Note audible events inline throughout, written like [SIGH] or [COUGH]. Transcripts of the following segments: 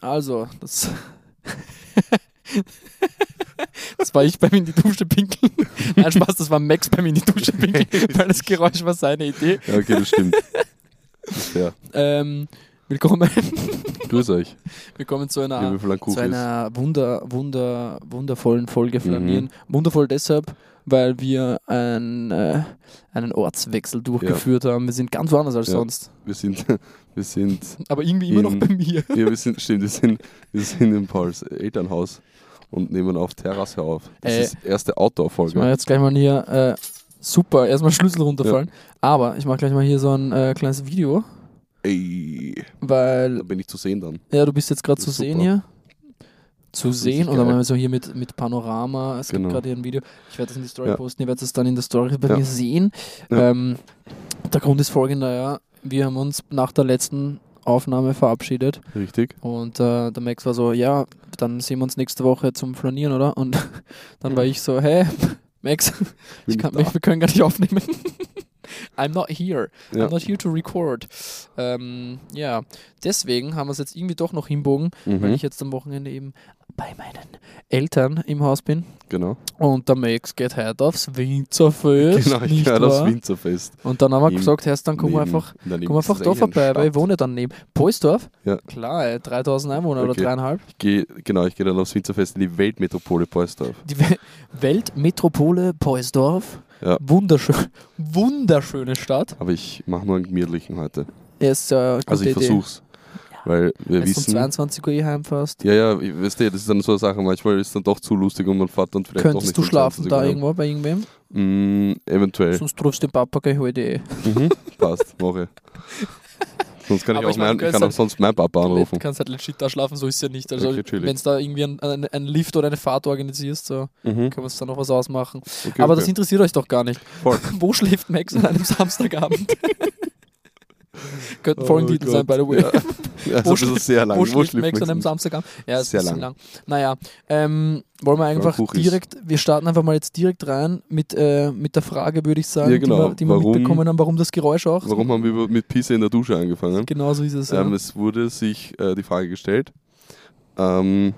Also, das. [LAUGHS] das war ich beim in die Dusche pinkeln. Nein, Spaß, das war Max beim in die Dusche [LAUGHS] pinkeln, weil das Geräusch war seine Idee. Ja, okay, das stimmt. Das ist fair. Ähm, willkommen, [LAUGHS] Grüß euch, willkommen zu einer, liebe Flankufis. zu einer wunder, wunder, wundervollen Folge Mhm. Flanieren. Wundervoll deshalb, weil wir ein, äh, einen Ortswechsel durchgeführt haben. Wir sind ganz woanders als Ja. sonst. Wir sind, [LAUGHS] wir sind, Aber irgendwie immer noch In- bei mir. ja, wir sind, stimmt, wir sind, wir sind im Pauls Elternhaus und nehmen auf Terrasse auf. Das Äh, ist die erste Ich mache Outdoor-Folge. jetzt gleich mal hier, äh, super, erstmal Schlüssel runterfallen. Aber ich mache gleich mal hier so ein äh, kleines Video, Ey, weil, da bin ich zu sehen dann. ja, du bist jetzt gerade zu Super. sehen hier. Zu ist sehen, richtig oder geil. mal so hier mit, mit Panorama. Es Genau. gibt gerade hier ein Video. Ich werde das in die Story Ja. posten, ihr werdet es dann in der Story bei Ja. mir sehen. Ja. Ähm, der Grund ist folgender, ja. Wir haben uns nach der letzten Aufnahme verabschiedet. Richtig? Und äh, der Max war so, ja, dann sehen wir uns nächste Woche zum Flanieren, oder? Und [LAUGHS] dann war ich so, hey, [LAUGHS] Max, ich Mhm. nicht kann, da. wir können gar nicht aufnehmen. [LAUGHS] I'm not here. Ja. I'm not here to record. Ähm, ja, deswegen haben wir es jetzt irgendwie doch noch hinbogen, weil Mhm. ich jetzt am Wochenende eben bei meinen Eltern im Haus bin. Genau. Und der Max geht heute aufs Winzerfest. [LAUGHS] Genau, ich nicht höre wahr? das Winzerfest. Und dann haben wir Im gesagt, Herr, dann kommen wir Neben- einfach daneben Komm einfach ist da eigentlich eine vorbei, weil ich Stadt. wohne dann neben. Poisdorf? Ja. Klar, ey, 3000 Einwohner oder Okay. dreieinhalb. Ich geh, genau, ich gehe dann aufs Winzerfest in die Weltmetropole Poisdorf. Die We Weltmetropole Poisdorf. Ja. Wunderschön, wunderschöne Stadt. Aber ich mache nur einen gemütlichen heute. Er ist äh, ja gute Also ich Idee. versuch's. Weil wir Wenn du um wissen. 22 Uhr hier heimfährst, Ja, ja, ich- weißt du, das ist dann so eine Sache. Manchmal ist es dann doch zu lustig und man fährt dann vielleicht doch könntest nicht du um schlafen 22 da Uhr. irgendwo bei irgendwem? Mm, eventuell. Sonst rufst du den Papa gleich heute eh. mhm. [LAUGHS] Passt, mache ich. Sonst kann ich Aber auch, ich meine, mein, du ich kann auch kannst halt sonst meinen Papa Du anrufen. kannst halt legit da schlafen, so ist ja nicht. Also Okay, chillig. wenn es da irgendwie einen ein, ein Lift oder eine Fahrt organisierst, so Mhm. können wir uns da noch was ausmachen. Okay, Aber das okay. interessiert euch doch gar nicht. Voll. [LAUGHS] Wo schläft Max an einem [LAUGHS] Samstagabend? Könnten Oh folgenden Titel sein, by Gott. the way. [LAUGHS] Ja. Ja, also, das ist sehr lang. Wo schläft Max an Maxen? einem Samstagabend? Ja, ist Sehr ein bisschen lang. Naja, ähm, wollen wir einfach Kuchis. direkt, wir starten einfach mal jetzt direkt rein mit, äh, mit der Frage, würde ich sagen, Ja, genau. die wir, die wir Warum- mitbekommen haben, warum das Geräusch auch. Warum haben wir über- mit Pisse in der Dusche angefangen? Genau so ist es. Ähm, ja. es wurde sich äh, die Frage gestellt. Ähm,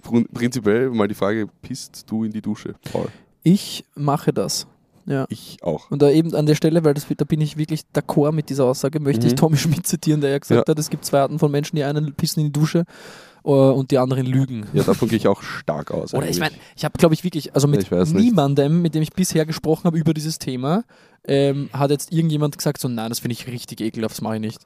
prin- prinzipiell mal die Frage: Pisst du in die Dusche? Paul. Ich mache das. Ja. Ich auch. Und da eben an der Stelle, weil das, da bin ich wirklich d'accord mit dieser Aussage, möchte ich Mhm. Tommy Schmidt zitieren, der ja gesagt hat, es gibt zwei Arten von Menschen, die einen pissen in die Dusche äh, und die anderen lügen. Ja, davon gehe ich auch stark aus. Oder ich meine, eigentlich. ich habe, glaube ich, wirklich, also mit Ich weiß nicht. niemandem, mit dem ich bisher gesprochen habe über dieses Thema, ähm, hat jetzt irgendjemand gesagt, so nein, das finde ich richtig ekelhaft, das mache ich nicht.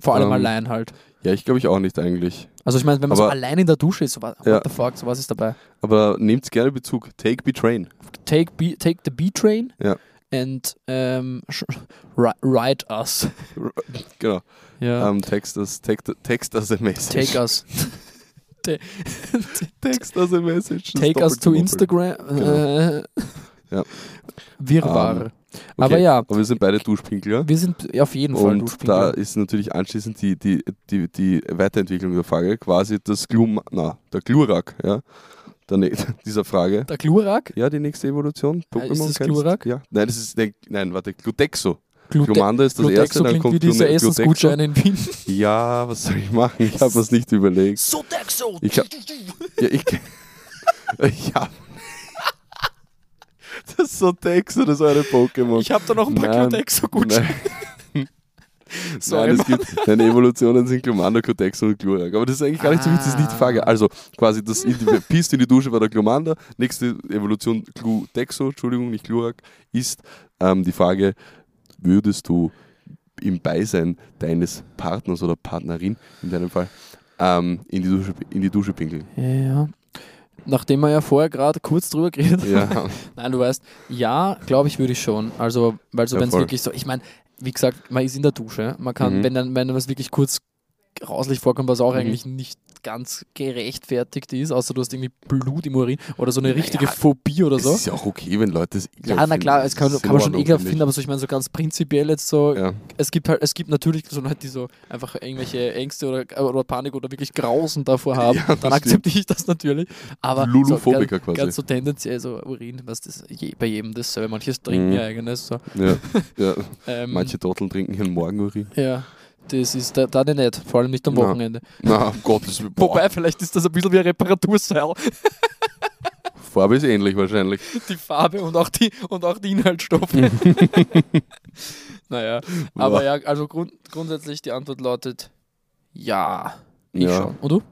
Vor allem Ähm, allein halt. Ja, ich glaube ich auch nicht eigentlich. Also ich meine, wenn man so aber- allein in der Dusche ist, so what, Ja. what the fuck, so was ist dabei? Aber nehmt gerne Bezug. Take me train. Take, B, take the B-Train Ja. and ähm, sh- ri- ride us. Genau. Ja. Ähm, text us, text, text us a message. take us. Ta- text us a message. Das take us doppelt to gemoppelt. Instagram. Äh, Ja. Wirrwarr. Ähm, Okay. Aber ja, Aber wir sind beide Duschpinkler. wir sind auf jeden Fall Und Duschpinkler. da ist natürlich anschließend die, die, die, die Weiterentwicklung der Frage quasi das Glum, na, der Glurak, ja, der, ne- [LAUGHS] dieser Frage. Der Glurak? Ja, die nächste Evolution. Ah, ist das Pokémon kennst? Glurak? Ja. Nein, das ist, der, nein, warte, Glutexo. Glute Glumanda ist das Glutexo erste, dann klingt kommt wie diese Glune- Glutexo. Essensgutscheine in Wien. [LAUGHS] Ja, was soll ich machen? Ich [LAUGHS] habe es nicht überlegt. Sodexo! Ich hab, ja, ich, [LAUGHS] ich hab, [LAUGHS] das ist so Texo, das war eine Pokémon. Ich habe da noch ein paar Nein, Glutexo-Gutscheine. [LAUGHS] Sorry, Nein, es gibt, deine Evolutionen sind Glomanda, Cortex und Glurak. Aber das ist eigentlich gar nicht so wichtig, das ist nicht die Ah. Frage. Also, quasi das in die, Pist in die Dusche war der Glomanda. Nächste Evolution, Glutexo, Entschuldigung, nicht Glurak, ist ähm, die Frage, würdest du im Beisein deines Partners oder Partnerin, in deinem Fall, ähm, in, die Dusche, in die Dusche pinkeln? Ja, ja. Nachdem wir ja vorher gerade kurz drüber geredet haben. [LAUGHS] Ja, Nein, du weißt, ja, glaube ich, würde ich schon. Also, weil so, Ja, wenn es voll. wirklich so, ich meine, wie gesagt, man ist in der Dusche. Man kann, Mhm. wenn dann, wenn was wirklich kurz grauslich vorkommt, was auch Mhm. eigentlich nicht ganz gerechtfertigt ist, außer du hast irgendwie Blut im Urin oder so eine Naja, richtige Phobie oder es so. ist ja auch okay, wenn Leute das ekelhaft Ja, na klar, es kann, Das ist kann man schon in Ordnung, ekelhaft finde finden, aber so, ich meine, so ganz prinzipiell jetzt so, ich. Ja. es gibt halt, es gibt natürlich so Leute, die so einfach irgendwelche Ängste oder, oder Panik oder wirklich Grausen davor haben. [LAUGHS] Ja, dann das akzeptiere ich das natürlich. Aber Luluphobiker so, ganz, quasi. ganz so tendenziell so Urin, was das je, bei jedem das, weil manches trinken Mhm. ja eigenes. So. [LAUGHS] Ja, ja. Ähm, [LAUGHS] Manche Trotteln trinken ihren Morgenurin. Ja. das ist da, da nicht, vor allem nicht am Na. Wochenende. Na, um Gottes Willen. Boah, Wobei, vielleicht ist das ein bisschen wie ein Reparaturseil. Farbe ist ähnlich wahrscheinlich. [LAUGHS] Die Farbe und auch die, und auch die [LAUGHS] Inhaltsstoffe. naja, aber ja, also grund, grundsätzlich die Antwort lautet ja. Ich Ja. schon. Und du?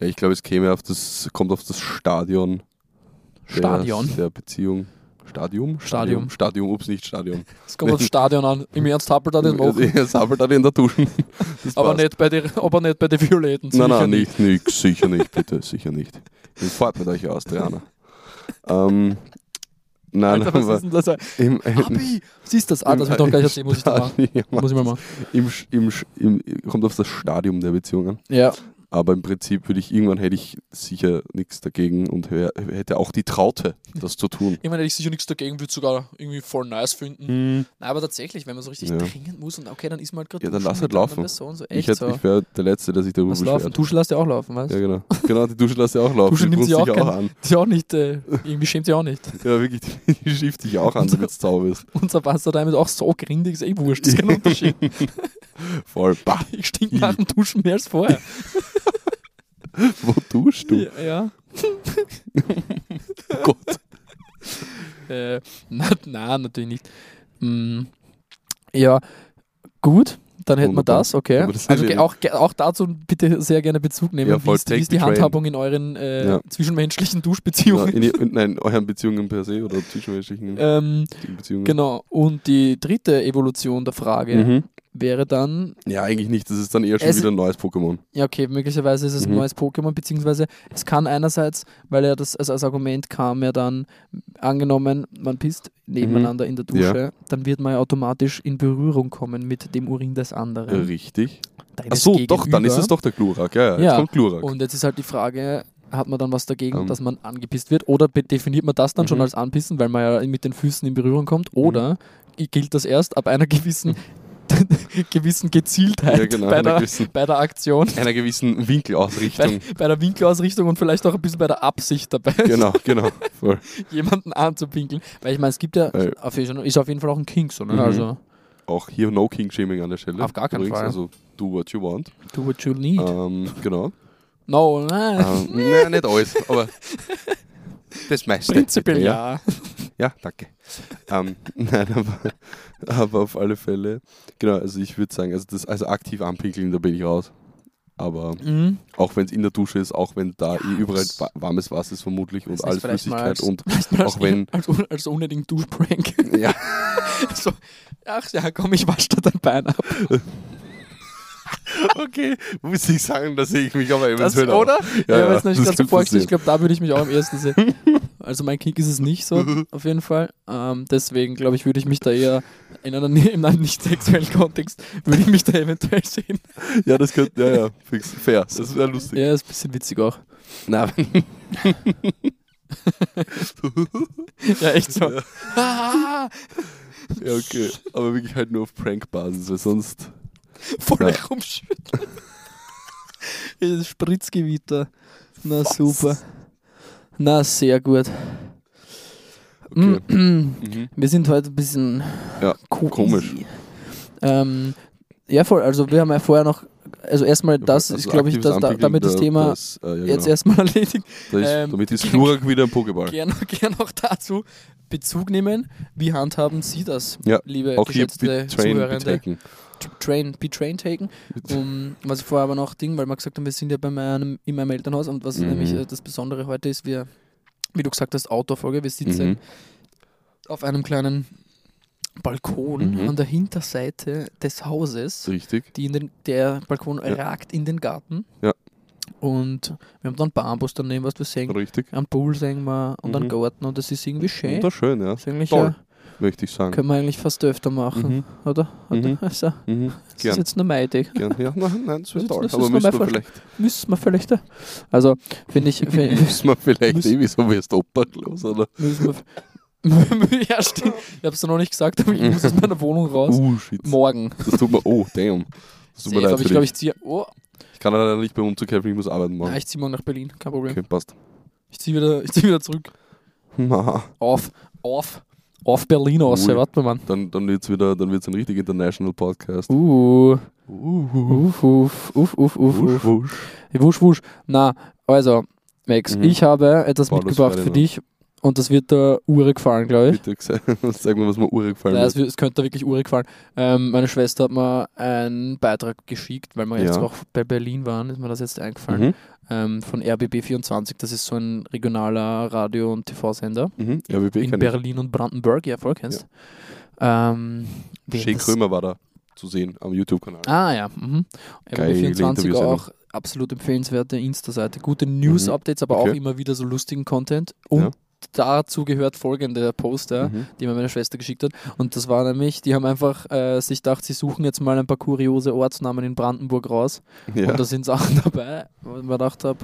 Ja, ich glaube, es käme auf das, kommt auf das Stadion der, Stadion. der Beziehung. Stadium? Stadium. Stadium, ups, nicht Stadion. Es kommt aufs Stadion an. Im Ernst happelt er den [LAUGHS] noch. Es sabbelt alle in der Dusche. [LAUGHS] Das Aber passt. nicht, bei der, aber nicht bei den Violetten. Nein, sicher nein, nicht, nicht, sicher nicht, bitte, sicher nicht. Ihr fahrt mit euch [LAUGHS] aus, Diana. ähm, nein, Alter, was aber ist denn das? im, Abi, siehst du das? Ah, das wird doch gleich erzählen, muss ich da machen. [LAUGHS] Ja, Mann. Muss ich mal machen. Im, Sch- im, Sch- im, kommt auf das Stadium der Beziehung an. Ja, Aber im Prinzip würde ich irgendwann hätte ich sicher nichts dagegen und wär, hätte auch die Traute, das [LAUGHS] zu tun. ich meine, ich sicher nichts dagegen, würde sogar irgendwie voll nice finden. Nein, aber tatsächlich, wenn man so richtig Hm. Ja. dringend muss und okay, dann ist man halt gerade Ja, dann duschen lass mit halt der laufen. anderen Person, so echt Ich, hätt- so. ich wäre der Letzte, der sich darüber Lass laufen. beschwert. Dusche lässt ja auch laufen, weißt du? Ja, genau. Genau, die Dusche lass sie auch laufen. Dusche Die nimmt sie brunst auch dich auch an. Die auch nicht, äh, irgendwie schämt sie auch nicht. [LAUGHS] Ja, wirklich, die schifft dich auch an, damit [LAUGHS] es sauber ist. Unser Wasser damit auch so grindig, ist eh wurscht, ist [LAUGHS] kein Unterschied. Voll, bah, Ich stink nach dem Duschen mehr als vorher. wo duschst du? Oh Ja, [LAUGHS] ja. Gott. [LAUGHS] Äh, na, nein, natürlich nicht. Mm, ja, gut, dann hätten wir Wunderbar. das, okay. Aber das ist also ja- ge- auch, ge- auch dazu bitte sehr gerne Bezug nehmen, Ja, wie voll, ist, wie take ist the die train. Handhabung in euren äh, Ja. zwischenmenschlichen Ja, Duschbeziehungen. in, in, nein, euren Beziehungen per se oder zwischenmenschlichen ähm, Beziehungen. genau, und die dritte Evolution der Frage Mhm. wäre dann, Ja, eigentlich nicht. Das ist dann eher schon Es- wieder ein neues Pokémon. ja okay, möglicherweise ist es ein Mhm. neues Pokémon, beziehungsweise es kann einerseits, weil er das also als Argument kam, ja dann angenommen, man pisst nebeneinander Mhm. in der Dusche, dann wird man ja automatisch in Berührung kommen mit dem Urin des anderen. Richtig. Deines Ach so, doch, dann ist Gegenüber. es doch der Glurak. Ja, ja, jetzt Ja. kommt Glurak. Und jetzt ist halt die Frage, hat man dann was dagegen, Ähm. dass man angepisst wird? Oder be- definiert man das dann schon Mhm. als Anpissen, weil man ja mit den Füßen in Berührung kommt? Oder i- gilt das erst ab einer gewissen, [LAUGHS] gewissen Gezieltheit Mhm. Ja, genau, bei, einer der, gewissen- bei der Aktion, Einer gewissen bei, [LAUGHS] Winkelausrichtung. bei der Winkelausrichtung und vielleicht auch ein bisschen bei der Absicht dabei, [LAUGHS] genau, genau. Voll. jemanden anzupinkeln? Weil ich meine, es gibt ja, Äh. auf jeden Fall, ist auf jeden Fall auch ein King, so, ne? Mhm. Also, Auch hier no King Shaming an der Stelle. Auf gar keinen Übrigens, Fall. Also do what you want. do what you need. Ähm, [LAUGHS] genau. No, nein. ähm, nein, nicht alles, aber das [LAUGHS] meiste. Prinzipiell ja. ja. Ja, danke. ähm, [LAUGHS] nein, aber, aber auf alle Fälle, genau, also ich würde sagen, also, das, also aktiv anpinkeln, da bin ich raus. Aber Mhm. auch wenn es in der Dusche ist, auch wenn da eh überall das- wa- warmes Wasser ist vermutlich und Weiß alles nicht, vielleicht mal als- Flüssigkeit und [LAUGHS] vielleicht mal als- auch wenn- Als, un- als unnötigen Duschprank. [LAUGHS] ja, So, ach ja, komm, ich wasche dir dein Bein ab. okay, muss ich sagen, da sehe ich mich aber Das, eventuell auch. Also, oder? Ja, Ja, ja, ja, weiß nicht, das ich kann ganz vorgestellt. passieren. Ich glaube, da würde ich mich auch am ersten [LAUGHS] sehen. Also mein Kick ist es nicht so, Mhm. auf jeden Fall. Ähm, deswegen, glaube ich, würde ich mich da eher in, einer, [LAUGHS] in einem nicht sexuellen Kontext, würde ich mich da eventuell sehen. Ja, das könnte, ja, ja, fix, [LAUGHS] fair, das wäre lustig. Ja, ist ein bisschen witzig [LAUGHS] auch. Na, wenn- Ja, echt so. Ja. ja, okay, aber wirklich halt nur auf Prank-Basis, weil sonst, [LAUGHS] Voll Ja. herumschütteln. [LAUGHS] Das Spritzgewitter. Na super. Na, sehr gut. okay. Mhm. [CLEARS THROAT] Wir sind heute ein bisschen Ja, ko- komisch. easy. Ähm, ja, voll. Also, wir haben ja vorher noch. Also, erstmal, das Also ist, glaube ich, aktives dass da, Anpinkeln, damit das da- Thema das, äh, ja, jetzt genau. erstmal [LAUGHS] erledigt. Da ist, ähm, [LAUGHS] damit ist Glurak wieder ein Pokéball. Gerne gern auch dazu Bezug nehmen. Wie handhaben Sie das, Ja, liebe Auch hier geschätzte Train Zuhörende? betaken. Tr- Train, be train taken. Um, was ich vorher aber noch Ding, weil wir gesagt haben, wir sind ja bei meinem, in meinem Elternhaus und was Mhm. nämlich äh, das Besondere heute ist, wir, wie du gesagt hast, Outdoor-Folge, wir sitzen Mhm. auf einem kleinen Balkon Mhm. an der Hinterseite des Hauses, Richtig. die in den, der Balkon Ja. ragt in den Garten. Ja. Und wir haben dann Bambus daneben, was wir sehen. Richtig. Einen Pool sehen wir und einen Mhm. Garten und das ist irgendwie schön. Wunderschön, ja. Das ist eigentlich, Toll. ja, Möchte ich sagen. können wir eigentlich fast öfter machen, Mhm. oder? oder? Mhm. Also, Mhm. das ist Gern. jetzt nur mein Ding. Gern. Ja, nein, [LAUGHS] nein, das wäre Das- toll. das Aber ist nur müssen wir mein vielleicht, [LAUGHS] Müssen wir vielleicht. da- Also, finde ich. Find, müssen wir vielleicht Müssen- eh, wieso wirst du obdachlos, oder? müssen wir, [LAUGHS] ja, stimmt. Ich habe es noch nicht gesagt, aber ich muss aus meiner Wohnung [LAUGHS] raus. Uh, shit. Morgen. Das tut mir, oh, damn. Das tut Safe, mir leid aber für ich glaube, dich. ich ziehe. Oh, Ich kann leider nicht beim Umzug helfen, ich muss arbeiten nein, morgen. Ah, ich ziehe morgen nach Berlin. Kein Problem. Okay, passt. [LAUGHS] Ich ziehe wieder, ich zieh wieder zurück. Na, Auf, auf, Auf Berlin aus, Ui. warte mal. Dann, dann wird es wieder, dann wird's ein richtig international Podcast. Uh, Uh, uff, uff, uff, uff, uff, wusch, uff. wusch. Wusch, wusch. Na, also, Max, Mhm. ich habe etwas Paulus mitgebracht für Ferdinand. dich und das wird der Ure gefallen, glaube ich. Bitte sag [LAUGHS] sag mal, was mir Uhr gefallen Nein, es, hat. wird- es könnte da wirklich Ure gefallen. Ähm, meine Schwester hat mir einen Beitrag geschickt, weil wir jetzt Ja. auch bei Berlin waren, ist mir das jetzt eingefallen. Mhm. Ähm, von RBB24, das ist so ein regionaler Radio- und TV-Sender Mhm. Ja, wie in kann ich. Berlin und Brandenburg, ja, voll kennst. Ähm, wen Shane das- Krömer war da zu sehen am YouTube-Kanal. Ah ja, mhm. Geile RBB24 Interviewsendung. auch absolut empfehlenswerte Insta-Seite. Gute News-Updates, aber auch Mhm. Okay. immer wieder so lustigen Content. Und Ja. dazu gehört folgender Poster, Mhm. die mir meine Schwester geschickt hat. Und das war nämlich, die haben einfach äh, sich gedacht, sie suchen jetzt mal ein paar kuriose Ortsnamen in Brandenburg raus. Ja. Und da sind Sachen [LAUGHS] dabei, wo ich mir gedacht habe,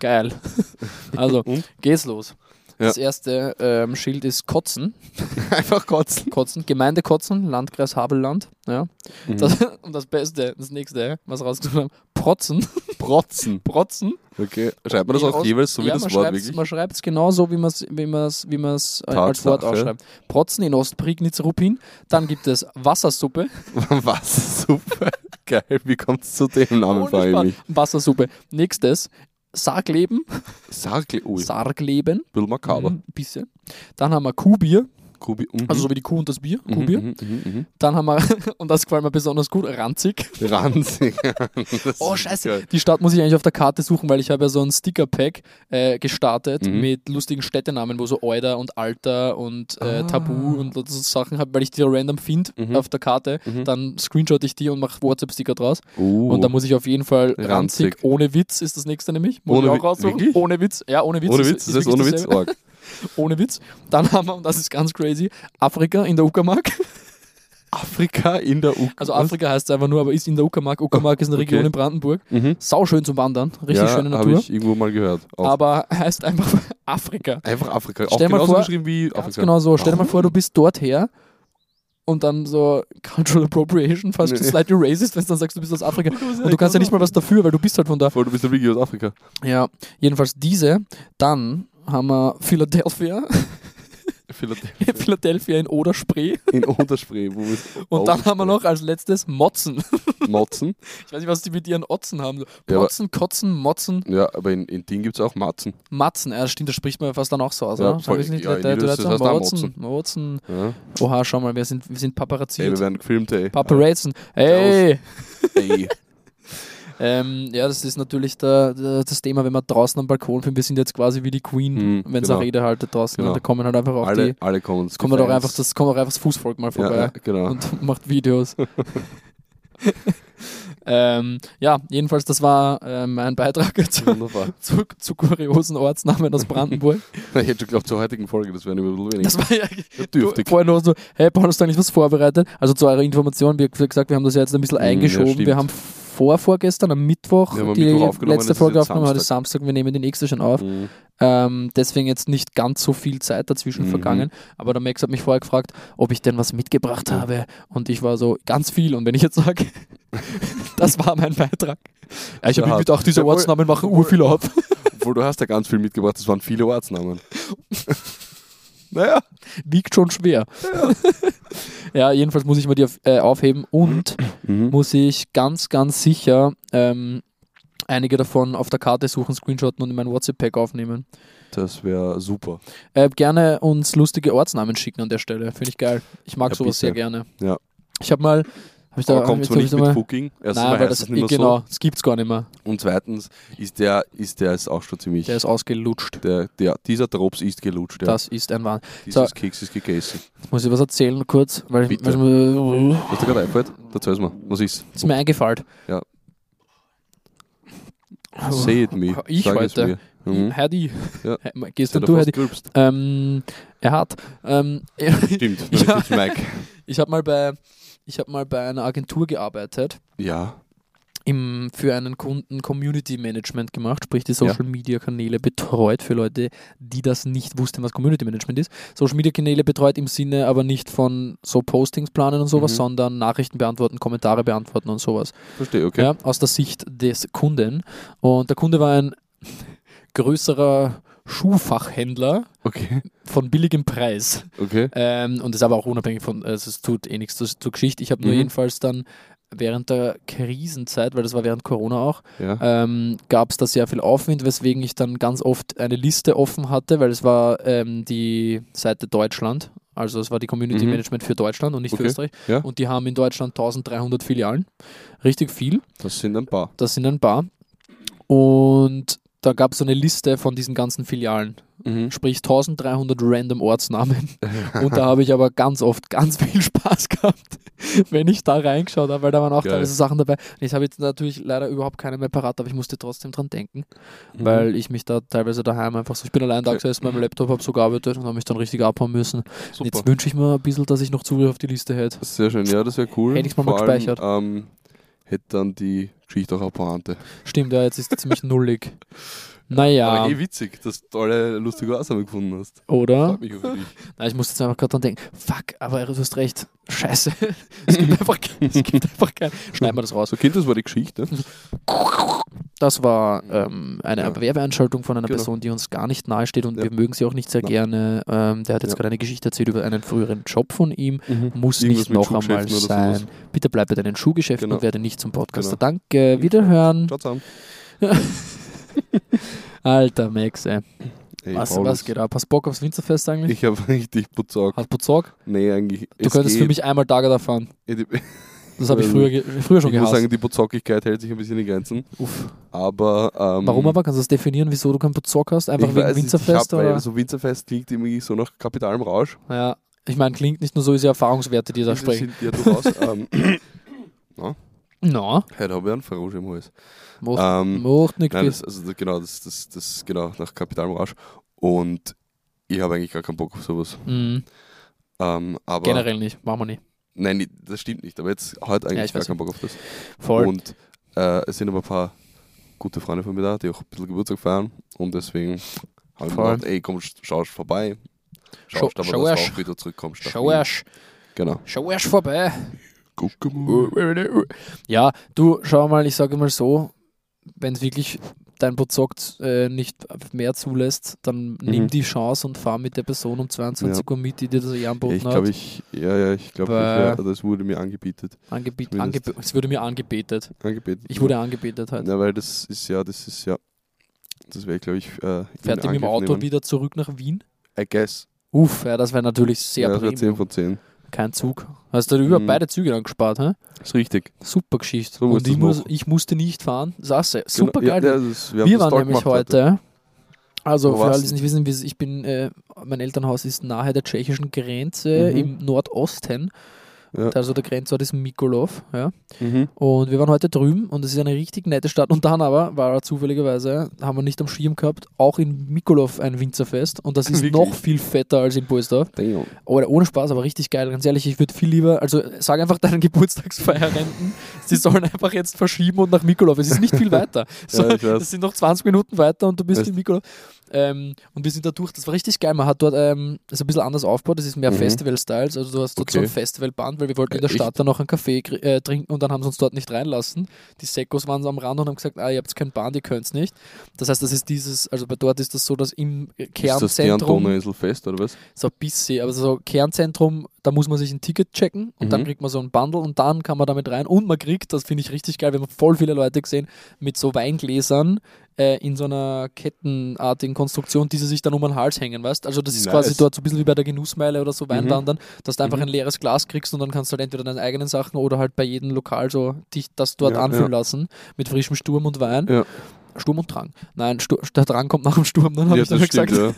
geil. [LAUGHS] Also, Und? geht's los. Ja. Das erste ähm, Schild ist Kotzen. [LAUGHS] Einfach kotzen. Kotzen, Gemeinde Kotzen, Landkreis Habelland. Ja. Mhm. Das, [LAUGHS] und das Beste, das nächste, was rausgesucht haben, Protzen. [LAUGHS] Protzen. Protzen. Okay. Schreibt man das Geht auch aus- jeweils so wie ja, das man Wort schreibt's- wirklich? Man schreibt es genauso, wie man es wie man's, wie man's, äh, als Wort Tatsache. ausschreibt. Protzen in Ostprignitz-Ruppin. Dann gibt es Wassersuppe. [LAUGHS] Was? Super. Geil. Wie kommt es zu dem Namen, Ohne frage ich Spaß. mich. Wassersuppe. Nächstes Sargleben. Sargle. Ui, Sargleben. Oh, bisschen makaber. Mhm, bisschen. Dann haben wir Kuhbier. Kubi. Mhm. Also so wie die Kuh und das Bier. Mhm, Kuhbier. mhm, mhm, mhm. Dann haben wir, [LAUGHS] und das gefällt mir besonders gut, Ranzig. Ranzig. [LAUGHS] Das Oh, ist scheiße. geil. Die Stadt muss ich eigentlich auf der Karte suchen, weil ich habe ja so ein Sticker-Pack äh, gestartet Mhm. mit lustigen Städtenamen, wo so Euder und Alter und äh, Ah. Tabu und so Sachen habe, weil ich die random finde Mhm. auf der Karte. Mhm. Dann screenshot ich die und mache WhatsApp-Sticker draus. Uh. Und da muss ich auf jeden Fall ranzig. Ranzig. Ohne Witz ist das nächste nämlich. Muss Ohne ich Wi- auch raussuchen. wirklich? Ohne Witz. Ja, ohne Witz. ohne Witz, ist das ist ohne wirklich Witz. dasselbe. Org. [LAUGHS] Ohne Witz. Dann haben wir, und das ist ganz crazy, Afrika in der Uckermark. Afrika in der Ukraine. Also Afrika heißt es einfach nur, aber ist in der Uckermark. Uckermark ist eine Region Oh, Okay. in Brandenburg. Mhm. Sauschön zum Wandern. Richtig ja, schöne habe Natur. ich irgendwo mal gehört. Auch. aber heißt einfach [LAUGHS] Afrika. Einfach Afrika. Auch Stell mal genauso vor- geschrieben wie Ganz Afrika. genau so. Stell dir mal vor, du bist dort her und dann so Cultural Appropriation, fast Nee. slightly racist, wenn du dann sagst, du bist aus [LAUGHS] Afrika. Und du kannst ja nicht mal was dafür, weil du bist halt von da. Voll, du bist ja wirklich aus [LAUGHS] Afrika. Ja, jedenfalls diese. Dann haben wir Philadelphia, [LAUGHS] Philadelphia. Philadelphia in Oder Spree. In Unterspree. Wo ist [LAUGHS] Und dann haben wir noch als letztes Motzen. [LAUGHS] Motzen. Ich weiß nicht, was die mit ihren Otzen haben. Ja, aber- Motzen, Kotzen, Motzen, Ja, aber in, in Ding gibt es auch Matzen. Matzen. Ja, stimmt, das spricht man fast dann auch so aus, Ja, oder? voll. Sag ich nicht, Ja, der- der- in Niederösterreich der- heißt auch Motzen, Motzen. Ja. Oha, schau mal, wir sind, wir sind Ey, paparazziert. wir werden gefilmt, ey. Paparazzen. Hey! [LAUGHS] [LAUGHS] Ey. Ähm, ja, das ist natürlich der, der, das Thema, wenn man draußen am Balkon filmt. Wir sind jetzt quasi wie die Queen, Mhm, wenn sie genau. eine Rede haltet draußen. Genau. Und da kommen halt einfach auch Alle, die. alle kommen. Es kommen halt auch einfach, das kommt auch einfach das Fußvolk mal ja, vorbei ja, genau. und [LAUGHS] macht Videos. ähm, ja, jedenfalls, das war äh, mein Beitrag [LAUGHS] zu, [LAUGHS] Wunderbar. zu, zu kuriosen Ortsnamen aus [LAUGHS] Brandenburg. Ich hätte schon geglaubt, zur heutigen Folge, das wären immer ein bisschen Das wenig. war ja Dürftig. Vorhin noch so, hey, Paul, hast du eigentlich was vorbereitet? Also zu eurer Information, wie gesagt, wir haben das ja jetzt ein bisschen Mhm, ja, eingeschoben. stimmt. wir haben vor, vorgestern am Mittwoch Wir haben am die Mittwoch aufgenommen, das letzte ist Folge jetzt aufgenommen, heute ist Samstag, wir nehmen die nächste schon auf. Mhm. Ähm, deswegen jetzt nicht ganz so viel Zeit dazwischen Mhm. vergangen. Aber der Max hat mich vorher gefragt, ob ich denn was mitgebracht habe. Und ich war so, ganz viel. Und wenn ich jetzt sage, [LAUGHS] das war mein Beitrag. Ja, ich habe Ja, mir gedacht, diese jawohl. Ortsnamen machen urviel ab. Obwohl, du hast ja ganz viel mitgebracht, das waren viele Ortsnamen. [LAUGHS] naja, Wiegt schon schwer. [LAUGHS] Ja, jedenfalls muss ich mir die auf, äh, aufheben. Und Mhm. muss ich ganz, ganz sicher ähm, einige davon auf der Karte suchen, screenshotten und in mein WhatsApp-Pack aufnehmen. das wäre super. Äh, gerne uns lustige Ortsnamen schicken an der Stelle. Finde ich geil. Ich mag Ja, sowas bitte. sehr gerne. Ja. Ich habe mal. Hab ich da, Aber kommt jetzt zwar hab nicht ich da mit mal- Fucking, erstens Nein, mal weil heißt das, es nicht mehr genau, das gibt's gar nicht mehr. so. Und zweitens ist der, ist der ist auch schon ziemlich. Der ist ausgelutscht. der, der, dieser Drops ist gelutscht. Ja. Das ist ein Wahn. Dieses so. Keks ist gegessen. Jetzt muss ich was erzählen kurz, weil ich, Bitte. weil ich Was dir gerade einfällt, erzähl's mal. Was ist? ist mir eingefallen. Ja. Oh. Say it me. Ich Sag es heute. mir. Mhm. Heidi. Ja. He- Gehst Jetzt denn hat er du, fast Heidi? [LAUGHS] gerülpst. Ähm, er hat. Ähm, Stimmt, Ja. ja. Mike. [LAUGHS] Ich habe mal bei ich habe mal bei einer Agentur gearbeitet, Ja. im, für einen Kunden Community Management gemacht, sprich die Social Media Kanäle betreut für Leute, die das nicht wussten, was Community Management ist. Social Media Kanäle betreut im Sinne aber nicht von so Postings planen und sowas, Mhm. sondern Nachrichten beantworten, Kommentare beantworten und sowas. Verstehe, okay. Ja, aus der Sicht des Kunden. Und der Kunde war ein [LAUGHS] größerer Schuhfachhändler Okay, von billigem Preis. okay. Ähm, und ist aber auch unabhängig von, also es tut eh nichts zur, zur Geschichte. Ich habe nur Mhm. jedenfalls dann während der Krisenzeit, weil das war während Corona auch, Ja. ähm, gab es da sehr viel Aufwind, weswegen ich dann ganz oft eine Liste offen hatte, weil es war ähm, die Seite Deutschland, also es war die Community Mhm. Management für Deutschland und nicht Okay, für Österreich. ja. Und die haben in Deutschland 1300 Filialen. Richtig viel, Das sind ein paar. das sind ein paar. Und da gab es so eine Liste von diesen ganzen Filialen, Mhm. sprich 1300 random Ortsnamen. Und da habe ich aber ganz oft ganz viel Spaß gehabt, [LAUGHS] wenn ich da reingeschaut habe, weil da waren auch Geil. teilweise Sachen dabei. Ich habe jetzt natürlich leider überhaupt keine mehr parat, aber ich musste trotzdem dran denken, Mhm. weil ich mich da teilweise daheim einfach so, ich bin allein da Okay. gesessen, meinem Laptop habe so gearbeitet und habe mich dann richtig abhauen müssen. Mhm. Super. Jetzt wünsche ich mir ein bisschen, dass ich noch Zugriff auf die Liste hätte. Sehr schön, ja, das wäre cool. Hätte ich's mal Vor mal allem, gespeichert. Ähm, hätte dann die Geschichte auch eine Pointe. Stimmt, ja, jetzt ist die [LAUGHS] ziemlich nullig. Naja, Aber eh witzig, dass du alle lustige Ausnahme gefunden hast. oder? Freut mich auch für dich. Nein, ich muss jetzt einfach gerade dran denken. Fuck, aber du hast recht. Scheiße. [LAUGHS] es gibt einfach, ke- es gibt einfach keinen. Schneiden wir das raus. So, Also Kind, das war die Geschichte. Das war ähm, eine Ja. Werbeanschaltung von einer Genau. Person, die uns gar nicht nahe steht und Ja. wir mögen sie auch nicht sehr Nein. gerne. Ähm, der hat jetzt Ja. gerade eine Geschichte erzählt über einen früheren Job von ihm. Mhm. Muss Irgendwas nicht mit noch einmal Schuhgeschäften oder sein. sowas. Bitte bleib bei deinen Schuhgeschäften Genau. und werde nicht zum Podcaster. Genau. Danke, wiederhören. Ciao zusammen. Alter Max, ey. Ey, was, Paulus. was geht ab? Hast Bock aufs Winzerfest eigentlich? Ich habe [LAUGHS] richtig Putzaugen. Hast Bozorg? Nee, eigentlich. Du es könntest geht. für mich einmal Tage da fahren. Ich, Das habe ich Ähm, früher, ge- früher schon ich muss gehasst. sagen, die Putzauckigkeit hält sich ein bisschen in Grenzen. Uff. Aber. Ähm, Warum aber? Kannst du das definieren, wieso du keinen Bozorg hast? Einfach ich wegen weiß, nicht, Winzerfest? Ich hab, oder? weil so Winzerfest klingt irgendwie so nach kapitalem Rausch. Ja, ich meine, klingt nicht nur so, ist ja Erfahrungswerte, die da Das sprechen. sind ja durchaus. [LAUGHS] ähm, Na, heute habe ich einen Verrusch im Hals. macht, Ähm, macht nichts. Nein, das, also das- genau, das, das, das genau nach Kapitalmarsch. Und ich habe eigentlich gar keinen Bock auf sowas. Mhm, Ähm, aber generell nicht, machen wir nicht. nein, nee, das stimmt nicht. Aber jetzt heute Ja, eigentlich ich gar weiß keinen Bock auf das. Voll. Und äh, es sind aber ein paar gute Freunde von mir da, die auch ein bisschen Geburtstag feiern. Und deswegen habe ich mir Voll. gedacht, ey, komm, sch- schaust vorbei. Schau- Schaust aber, schau dass erst. du auch wieder zurückkommst. nach Schau Wien. erst, Genau. schau erst vorbei. Guck mal. Ja, du, schau mal, ich sage mal so, wenn es wirklich dein Bozockt äh, nicht mehr zulässt, dann nimm die Chance und fahr mit der Person um 22 Uhr mit, die dir das eh Mhm. Ja, anboten Ich hat. glaube, ich, ja, ja, ich glaube, Weil- das wurde mir angebietet. Angebe zumindest. angeb es wurde mir angebetet. Angebetet. Ich wurde angebetet halt. Na, weil das ist ja, das ist ja, das wäre, glaube ich, äh, in Fährt die mit dem Angriff Auto nehmen. wieder zurück nach Wien? I guess. Uff, ja, das wäre natürlich sehr ja, das wär Premium. 10 von 10. Kein Zug. Hast du über Mhm. beide Züge dann gespart, hä? Ist richtig. Super Geschichte. So und musst ich, du's muss, machen. ich musste nicht fahren. Sasse. Super Genau. geil. Ja, ja, das, wir haben wir das waren toll nämlich gemacht heute. Also Wo für warst alle, die du? es nicht wissen, wir- ich bin, äh, mein Elternhaus ist nahe der tschechischen Grenze Mhm. im Nordosten. Ja. Also der Grenzort ist Mikolov. Ja. Mhm. Und wir waren heute drüben und es ist eine richtig nette Stadt. Und dann aber war zufälligerweise, haben wir nicht am Schirm gehabt, auch in Mikolov ein Winzerfest. Und das ist [LAUGHS] Wirklich? noch viel fetter als in Poesdorf. Damn. Oder ohne Spaß, aber richtig geil. Ganz ehrlich, ich würde viel lieber, also sag einfach deinen [LAUGHS] Geburtstagsfeierrenten, [LAUGHS] sie sollen einfach jetzt verschieben und nach Mikolov. Es ist nicht viel weiter. So, Ja, ich weiß. das sind noch 20 Minuten weiter und du bist Weißt- in Mikolov. Ähm, und wir sind da durch. Das war richtig geil. Man hat dort ähm, das ist ein bisschen anders aufgebaut. Das ist mehr Mhm. Festival-Styles. Also du hast dort so ein Okay. Festivalband, weil wir wollten in der Äh, Stadt dann noch einen Kaffee kri- äh, trinken und dann haben sie uns dort nicht reinlassen. Die Sekos waren so am Rand und haben gesagt, ah, ihr habt kein Band, ihr könnt's nicht. Das heißt, das ist dieses, also bei dort ist das so, dass im äh, Ist das die Kernzentrum Antonio-Inselfest, oder was? so ein bisschen, aber so Kernzentrum, da muss man sich ein Ticket checken und Mhm. dann kriegt man so ein Bundle und dann kann man damit rein und man kriegt, das finde ich richtig geil, wir haben voll viele Leute gesehen, mit so Weingläsern äh, in so einer kettenartigen Konstruktion, die sie sich dann um den Hals hängen, weißt Also das ist Nice. quasi dort so ein bisschen wie bei der Genussmeile oder so Weinwandern, dass du einfach Mhm. ein leeres Glas kriegst und dann kannst du halt entweder deine eigenen Sachen oder halt bei jedem Lokal so dich das dort Ja, anfüllen ja. lassen mit frischem Sturm und Wein. Ja. Sturm und Drang. Nein, Stur der Drang kommt nach dem Sturm, dann habe ja, ich dann gesagt. ja.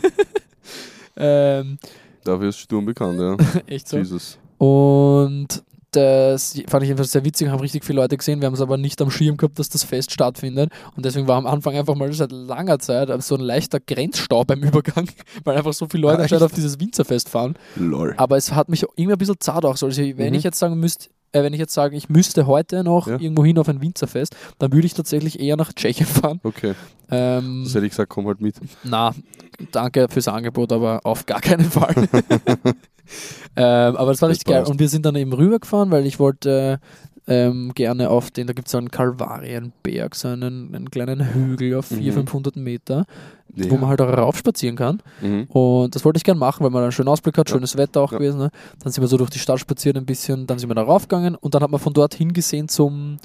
Ähm, [LAUGHS] Dafür ist Sturm bekannt, ja. echt [LAUGHS] so. Jesus. Und das fand ich jedenfalls sehr witzig, haben richtig viele Leute gesehen. Wir haben es aber nicht am Schirm gehabt, dass das Fest stattfindet. Und deswegen war am Anfang einfach mal seit langer Zeit so ein leichter Grenzstau beim Übergang, [LAUGHS] weil einfach so viele Leute Ah, anscheinend echt? auf dieses Winzerfest fahren. Lol. Aber es hat mich irgendwie ein bisschen zart auch so. Also wenn Mhm. ich jetzt sagen müsste, äh, wenn ich jetzt sage, ich müsste heute noch Ja. irgendwo hin auf ein Winzerfest, dann würde ich tatsächlich eher nach Tschechien fahren. Okay, Ähm, das hätte ich gesagt, komm halt mit. na, danke fürs Angebot, aber auf gar keinen Fall. [LAUGHS] ähm, aber das war Das richtig geil. passt. Und wir sind dann eben rübergefahren, weil ich wollte äh, ähm, gerne auf den, da gibt es so einen Kalvarienberg, so einen, einen kleinen Hügel auf 400, Mhm. 500 Meter, Ja. wo man halt auch raufspazieren kann. Mhm. Und das wollte ich gerne machen, weil man einen schönen Ausblick hat, Ja. schönes Wetter auch Ja. gewesen. Ne? Dann sind wir so durch die Stadt spaziert ein bisschen, dann sind wir da raufgegangen und dann hat man von dort hingesehen zum,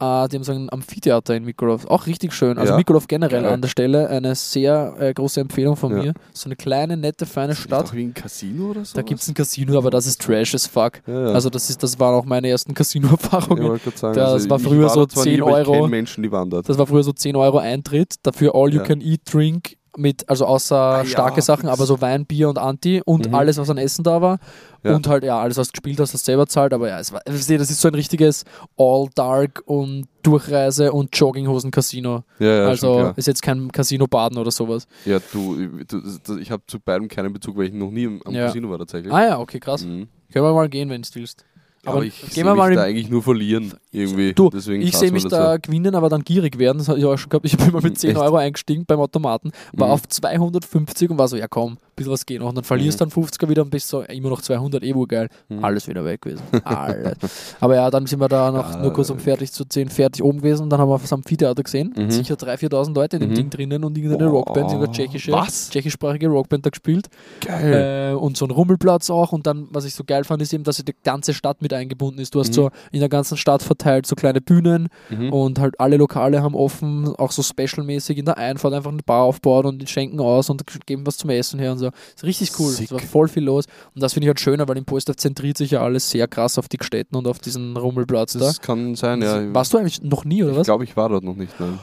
äh, die haben so ein Amphitheater in Mikolov. Auch richtig schön. Also Ja. Mikolov generell Geil. an der Stelle eine sehr äh, große Empfehlung von Ja. mir. So eine kleine, nette, feine Ist das Stadt. auch wie ein Casino oder so? Da gibt es ein Casino, aber das ist trash as fuck. Ja, ja. Also das ist, das waren auch meine ersten Casino-Erfahrungen. sagen, also das war ich früher da so zwar nie, 10 aber Ich Euro. kenne Menschen, die waren dort. Das war früher so 10 Euro Eintritt, dafür all you Ja. Ah, can eat, drink mit, also außer ja, starke Sachen, fix. aber so Wein, Bier und Anti und Mhm. alles, was an Essen da war. Ja. Und halt, ja, alles, was du gespielt hast, hast du selber zahlt, aber ja, es war, ich verstehe, das ist so ein richtiges All-Dark und Durchreise und Jogginghosen-Casino. Ja, ja, schon also klar. ist jetzt kein Casino-Baden oder sowas. Ja, du, du das- das- ich habe zu beidem keinen Bezug, weil ich noch nie am am Ja. Casino war tatsächlich. Ah ja, okay, krass. Mhm. Können wir mal gehen, wenn du willst. Aber, Aber ich gehen sehe wir mich mal da im- eigentlich nur verlieren irgendwie. Du, Deswegen Ich passt sehe mir mich das da gewinnen, aber dann gierig werden. Das habe ich auch schon gehabt. Ich bin mal mit [LAUGHS] Mhm, 10 echt? Euro eingestiegen beim Automaten, war Mhm. auf 250 und war so, ja komm, ein bisschen was geht noch. Und dann verlierst Mhm. dann 50er wieder und bist so, immer noch 200, eh wohl geil. so. Mhm. Alles wieder weg gewesen. Alles. aber ja, dann sind wir da noch Ja, nur kurz um äh, fertig zu 10 fertig oben gewesen und dann haben wir was am Theater gesehen. Mhm. Sicher 3.000, 4.000 Leute in dem Mhm. Ding drinnen und irgendeine Boah, Rockband, irgendeine tschechische, was? tschechischsprachige Rockband da gespielt. Geil. Äh, und so ein Rummelplatz auch. Und dann, was ich so geil fand, ist eben, dass die ganze Stadt mit eingebunden ist. Du hast Mhm. so in der ganzen Stadt verteilt so kleine Bühnen mhm. und halt alle Lokale haben offen, auch so specialmäßig in der Einfahrt einfach eine Bar aufbauen und die schenken aus und geben was zum Essen her und so. Ist richtig cool. Sick. Es war voll viel los. Und das finde ich halt schöner, weil in Polsdorf zentriert sich ja alles sehr krass auf die Städten und auf diesen Rummelplatz da. das kann sein, ja. Warst du eigentlich noch nie, oder ich was? glaube, ich war dort noch nicht. Nein.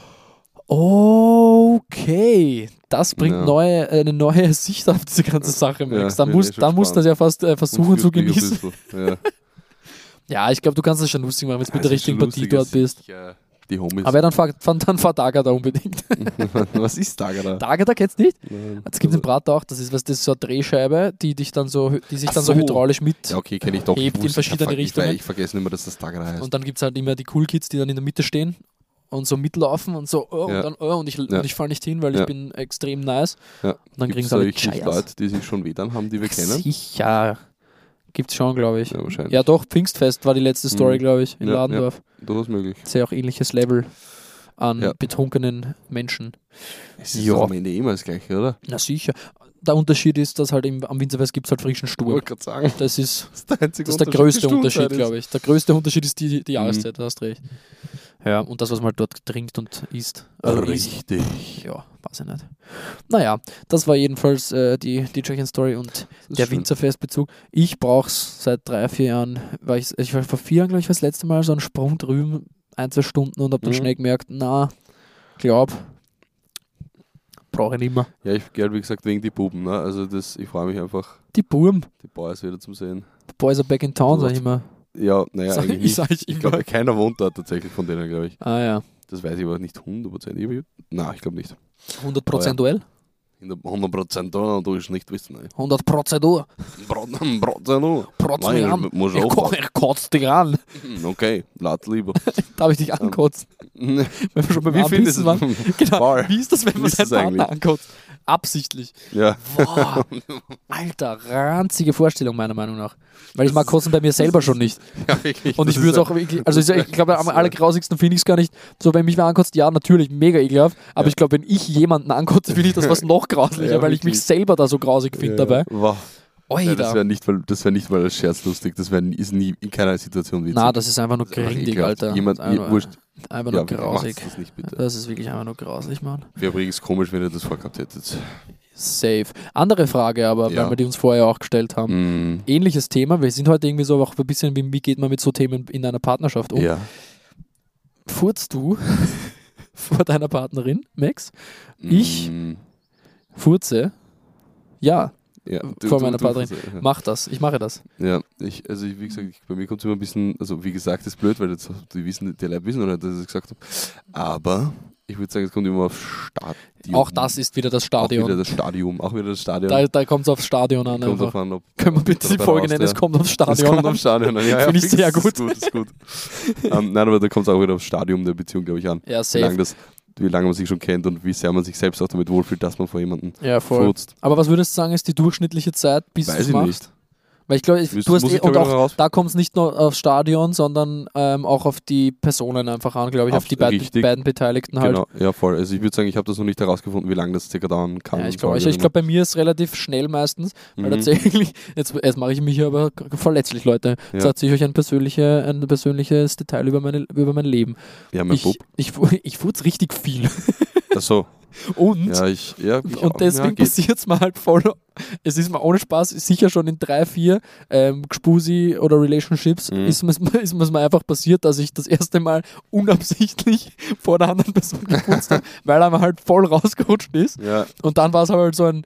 Okay, das bringt Ja. neue, äh, eine neue [LAUGHS] Sicht auf diese ganze Sache, Max. Ja, da bin eh musst schon da musst du das ja fast äh, versuchen zu Fühlt mich ein genießen. bisschen, Ja. Ja, ich glaube, du kannst es schon lustig machen, wenn du mit der Es ist Also schon richtigen Partie lustig, dort es bist. ist sicher Die Homies. [LAUGHS] Aber dann fahr, fahr, dann fahr Daga da unbedingt. [LAUGHS] was ist Tagada? Daga da kennst du nicht? Nein. Es gibt den Brater auch, das ist was, das ist so eine Drehscheibe, die dich dann so, die sich dann so, Ach so. hydraulisch mit. Ja, okay, kenne ich doch. Ich Hebt in wusste- ich hab verschiedene ver- ich ver- Richtungen. Ich vergesse immer, dass das Tagada heißt. Und dann gibt es halt immer die Cool Kids, die dann in der Mitte stehen und so mitlaufen und so, oh, Ja. und dann, oh, und ich, und ich fall nicht hin, weil Ja. ich bin extrem nice. Ja. Und dann kriegen Gibt's sie da alle richtig Chayas. Leute, die sich schon wehtan haben, die wir kennen? Sicher. Gibt's schon, glaube ich. ne? Ja, wahrscheinlich. Ja, doch, Pfingstfest war die letzte Story, Mhm. glaube ich, in Ja, Ladendorf. Das ist möglich. Ist ja auch ähnliches Level an Ja. betrunkenen Menschen. Es ist Ja. doch am Ende eh immer das Gleiche, oder? Na sicher. Der Unterschied ist, dass halt im, am Winzerfest gibt es halt frischen Ich Sturm. wollte gerade sagen, Das ist, das ist der einzige das ist der größte Unterschied, glaube ich. Der größte Unterschied ist die, Mhm. die Jahreszeit, da hast recht. Ja, und das, was man halt dort trinkt und isst. Also isst. Richtig. Ja, weiß ich nicht. Naja, das war jedenfalls äh, die, die Tschechien Story und Das ist der schön. Winzerfestbezug. Ich brauch's seit drei, vier Jahren, weil ich, ich war vor vier Jahren, glaube ich, war das letzte Mal so einen Sprung drüben, ein, zwei Stunden und habe dann Mhm. schnell gemerkt, na, glaub, brauche ich nicht mehr. Ja, ich gell, wie gesagt, wegen die Buben. Ne? Also das, ich freue mich einfach, Die Burm, die Boys wieder zu sehen. the boys are back in town, sag ich immer. Ja, naja, sag, eigentlich ich, nicht. sag ich Ich immer. glaube, keiner wohnt da tatsächlich von denen, glaube ich. ah ja, Das weiß ich aber nicht hundertprozentig. Nein, ich glaube nicht. 100 prozentuell? In der 100% da, du ist nicht wissen. Ey. 100 prozentuell. Brot, Brot, Brot, Protz Nein, mich an. ich muss Ich, ko aufpassen. ich kotz dich an. Okay, [LAUGHS] lad lieber. Da habe ich dich angekotzt. Wie Wenn wir schon beim findest Anpissen du waren. [LAUGHS] Genau. Voll. Wie ist das, wenn Wie man ist seinen das eigentlich? Partner ankotzt? Absichtlich. Ja. Boah, alter, ranzige Vorstellung meiner Meinung nach. Weil ich mag Kotzen bei mir selber schon nicht. ja, [LAUGHS] wirklich. Und ich das würde es ist auch wirklich, also ich, das ist ich glaube, ein- am allergrausigsten finde ich es gar nicht. So, wenn mich wer ankotzt, ja, natürlich, mega ekelhaft. Aber ich glaube, wenn ich jemanden ankotze, finde ich das was noch grauslicher, Ja, weil ich mich wirklich. selber da so grausig finde dabei. Wow. Ja, das Oida. wäre nicht, mal- das wär nicht mal als Scherz lustig. Das wär, ist nie in keiner Situation witzig. Na, das ist einfach nur Das ist einfach grindig, ekelhaft. Alter. Jemand, Das ist einfach, wurscht. einfach Ja, nur macht grausig. das nicht bitte. [LAUGHS] Das ist wirklich einfach nur grausig, Mann. Wäre übrigens komisch, wenn ihr das vorgehabt hättet. Safe. Andere Frage aber, Ja. weil wir die uns vorher auch gestellt haben. Mhm. ähnliches Thema. Wir sind heute irgendwie so auch ein bisschen, wie, wie geht man mit so Themen in einer Partnerschaft um? Ja. Furzt du [LAUGHS] vor deiner Partnerin, Max? Ich? Mhm. Furze? Ja, Ja, Vor meiner Partnerin. Ja. mach das. Ich mache das. Ja, ich, also ich, wie gesagt, ich, bei mir kommt es immer ein bisschen, also wie gesagt, ist blöd, weil jetzt die wissen, die Leute wissen oder dass ich es gesagt habe. Aber ich würde sagen, es kommt immer auf Stadion. Auch das ist wieder das Stadion. Auch wieder das Stadion. Auch wieder das Stadion. da da kommt es aufs Stadion an. kommt Einfach. drauf an, ob Können wir bitte die dabei Folge raus, nennen? ja. Es kommt aufs Stadion das kommt an. auf Stadion an. Ja, ja, Finde ich fix, sehr Ist gut ist gut. Ähm, nein, aber da kommt es auch wieder aufs Stadium der Beziehung, glaube ich, an. Ja, Wie lange, safe. das, wie lange man sich schon kennt und wie sehr man sich selbst auch damit wohlfühlt, dass man vor jemandem Ja, voll. furzt. Aber was würdest du sagen, ist die durchschnittliche Zeit, bis du Weiß es ich machst? nicht. Weil ich glaube, ich- Müssen- du hast muss eh, ich, und glaub ich, noch auch, heraus- da kommt es nicht nur aufs Stadion, sondern ähm, auch auf die Personen einfach an, glaube ich, auf, Auf- die beiden, richtig. beiden Beteiligten halt. Genau, ja voll. Also ich würde sagen, ich habe das noch nicht herausgefunden, wie lange das circa dauern kann. Ja, ich und glaube, soll, ich, wie ich auch glaub, bei mir ist relativ schnell meistens, weil immer. Mhm. tatsächlich, jetzt, jetzt mache ich mich hier aber verletzlich, Leute. Jetzt Ja. erzähle ich euch ein, persönliche, ein persönliches Detail über, meine, über mein Leben. Ja, mein ich, Bub. ich, fu- [LAUGHS] ich futz richtig viel. Achso, Und, [LAUGHS] ja, ich, ja, ich und deswegen ja, geht. passiert es mir halt voll. Es ist mir ohne Spaß, sicher schon in drei, vier ähm, Gspusi oder Relationships Mhm. ist mir's- ist mir's mir einfach passiert, dass ich das erste Mal unabsichtlich [LAUGHS] vor der anderen Person geputzt habe, weil er mir halt voll rausgerutscht ist. Ja, Und dann war es aber halt so ein,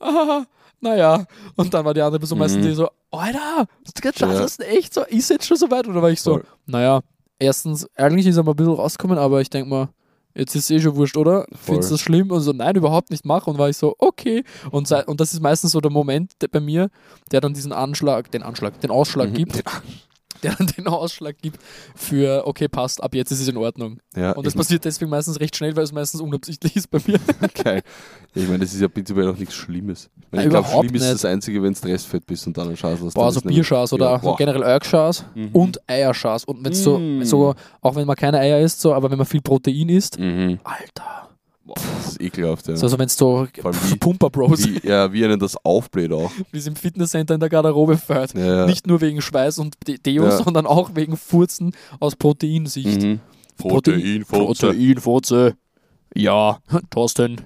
ah, naja. Und dann war die andere Person meistens Mhm. die so, Alter, das Ja. schaffst du echt so, ist jetzt schon so weit? Oder war ich so, Voll. naja, erstens, eigentlich ist er mal ein bisschen rausgekommen, aber ich denke mal, jetzt ist eh schon wurscht, oder? Voll. Findest du das schlimm? Und so, nein, überhaupt nicht, mach. Und war ich so, okay. Und, sei, und das ist meistens so der Moment der bei mir, der dann diesen Anschlag, den Anschlag, den Ausschlag Mhm. gibt. [LAUGHS] Der dann den Ausschlag gibt für, okay, passt, ab jetzt ist es in Ordnung. ja. Und ich- das passiert deswegen meistens recht schnell, weil es meistens unabsichtlich ist bei mir. Geil. Ich meine, das ist ja prinzipiell auch nichts Schlimmes. Ich, meine, Na, ich glaube, überhaupt schlimm ist nicht. das Einzige, wenn du stressfett bist und dann einen Schaß hast. Boah, dann so ist ne? nämlich- Bierschas oder Ja, so boah. Mhm. generell Örgschas und Eierschas. Und wenn so, Mm. so, auch wenn man keine Eier isst, so, aber wenn man viel Protein isst, Mhm. Alter. Boah, das ist ekelhaft, ja. So, also wenn es so allem wie- Pumper-Bros, wie, ja, wie einen das aufbläht auch. wie es im Fitnesscenter in der Garderobe fährt. Ja, ja. Nicht nur wegen Schweiß und De Deo, Ja. sondern auch wegen Furzen aus Proteinsicht. Mhm. Protein- Proteinfurze. Proteinfurze. Ja, Thorsten,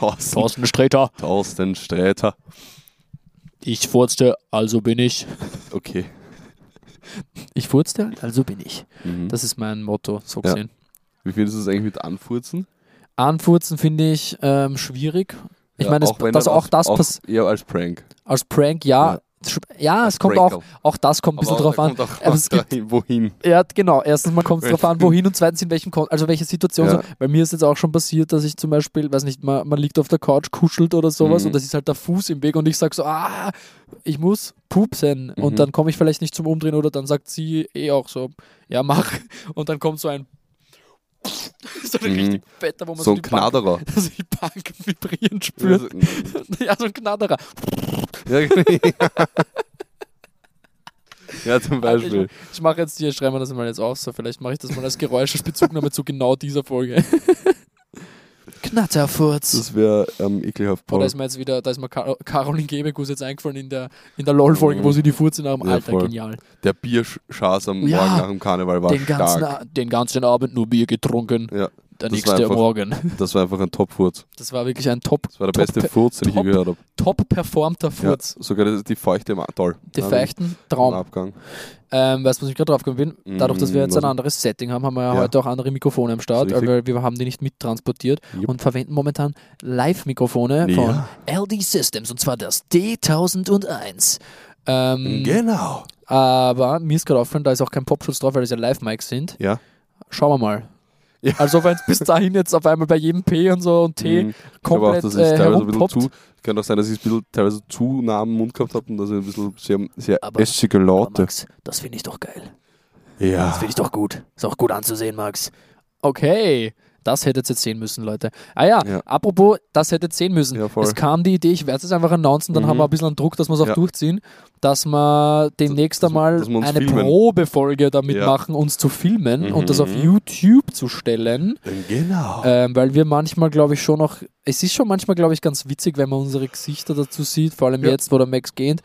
Thorsten, Thorsten Sträter. Thorsten Sträter. Ich furzte, also bin ich. Okay. Ich furzte, also bin ich. Mhm. Das ist mein Motto, so Ja. gesehen. Wie findest du das eigentlich mit Anfurzen? Anfurzen finde ich ähm, schwierig. Ich Ja, meine, es- wenn dass dann auch das auch pass- eher als Prank. als Prank, ja. sch- Ja, es kommt auch, Prankerl. auch das kommt ein bisschen Aber drauf [LAUGHS] da an. kommt auch Aber es gibt, dahin, wohin? ja, genau. Erstens mal kommt es drauf an, [LAUGHS] wohin und zweitens in welchem Kon also welche Situation. Ja. So. Bei mir ist jetzt auch schon passiert, dass ich zum Beispiel, weiß nicht, man, man liegt auf der Couch, kuschelt oder sowas Mhm. und das ist halt der Fuß im Weg und ich sag so, ah, ich muss pupsen Mhm. und dann komme ich vielleicht nicht zum Umdrehen oder dann sagt sie eh auch so, ja mach [LAUGHS] und dann kommt so ein [LAUGHS] so ein Mhm. richtig fetter, wo man So ein die Bank, Knaderer. [LAUGHS] also die Bank vibrieren spürt. [LAUGHS] Ja, so ein Knatterer. [LAUGHS] Ja, [LAUGHS] ja, zum Beispiel. Ich mache jetzt hier, schreiben wir das mal jetzt auf, so vielleicht mache ich das mal als Geräusch als Bezugnahme zu genau dieser Folge. [LAUGHS] Knatterfurz. Das wäre ähm, ekelhaft, Boah, da Paul. ist mir jetzt wieder, da ist mir Kar Caroline Gebekus jetzt eingefallen in der, in der LOL-Folge, wo sie die Furze nach dem Mhm. Ja, Alter voll. genial. Der Bierschas am Ja, Morgen nach dem Karneval war Den ganzen, stark. A- den ganzen Abend nur Bier getrunken, Ja, der das war nächste einfach- Morgen. das war einfach ein Top-Furz. Das war wirklich ein top, Das war der Top- beste Furz, den ich je Top- gehört habe. top performter Ja, Furz. sogar das- die feuchte Ma Toll. Die Ja, feichten ein Traum. Abgang. Ähm, weißt du, was ich gerade draufgekommen bin? Dadurch, dass wir Mm, jetzt ein was? anderes Setting haben, haben wir ja, Ja. heute auch andere Mikrofone am Start, Ist richtig. weil wir haben die nicht mittransportiert Jupp. und verwenden momentan Live-Mikrofone Ja. von LD Systems und zwar das D1001. Ähm, Genau. aber mir ist gerade aufgefallen, da ist auch kein Popschutz drauf, weil das ja Live-Mics sind. Ja. Schauen wir mal. Ja. Also wenn es bis dahin jetzt auf einmal bei jedem P und so und T Mhm. Ich glaube auch, komplett dass ich äh, teilweise ein bisschen herumpoppt, zu. Kann auch sein, dass ich ein bisschen teilweise zu nah am Mund gehabt habe und dass ich ein bisschen sehr, sehr Aber- essige aber Laute. Max, das finde ich doch geil. Das Ja. finde ich doch gut. Ist auch gut anzusehen, Max. Okay, das hättet ihr jetzt sehen müssen, Leute. Ah ja, Ja. apropos, das hättet ihr sehen müssen. Ja, voll. es kam die Idee, ich werde es jetzt einfach announcen, dann Mhm. haben wir ein bisschen einen Druck, dass wir es auch Ja. durchziehen, dass wir demnächst dass wir- einmal dass wir uns eine filmen. Probefolge damit Ja. machen, uns zu filmen Mhm. und das auf YouTube zu stellen, Genau. ähm, weil wir manchmal, glaube ich, schon noch, es ist schon manchmal, glaube ich, ganz witzig, wenn man unsere Gesichter dazu sieht, vor allem Ja. jetzt, wo der Max geht.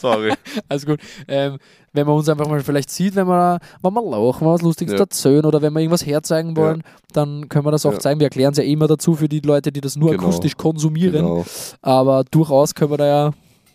Sorry. Also gut, ähm, wenn man uns einfach mal vielleicht sieht, wenn wir, wenn wir lachen, wenn wir was Lustiges Ja. erzählen oder wenn wir irgendwas herzeigen wollen, dann können wir das auch Ja. zeigen. Wir erklären es ja eh immer dazu für die Leute, die das nur Genau. akustisch konsumieren. Genau. Aber durchaus können wir da ja,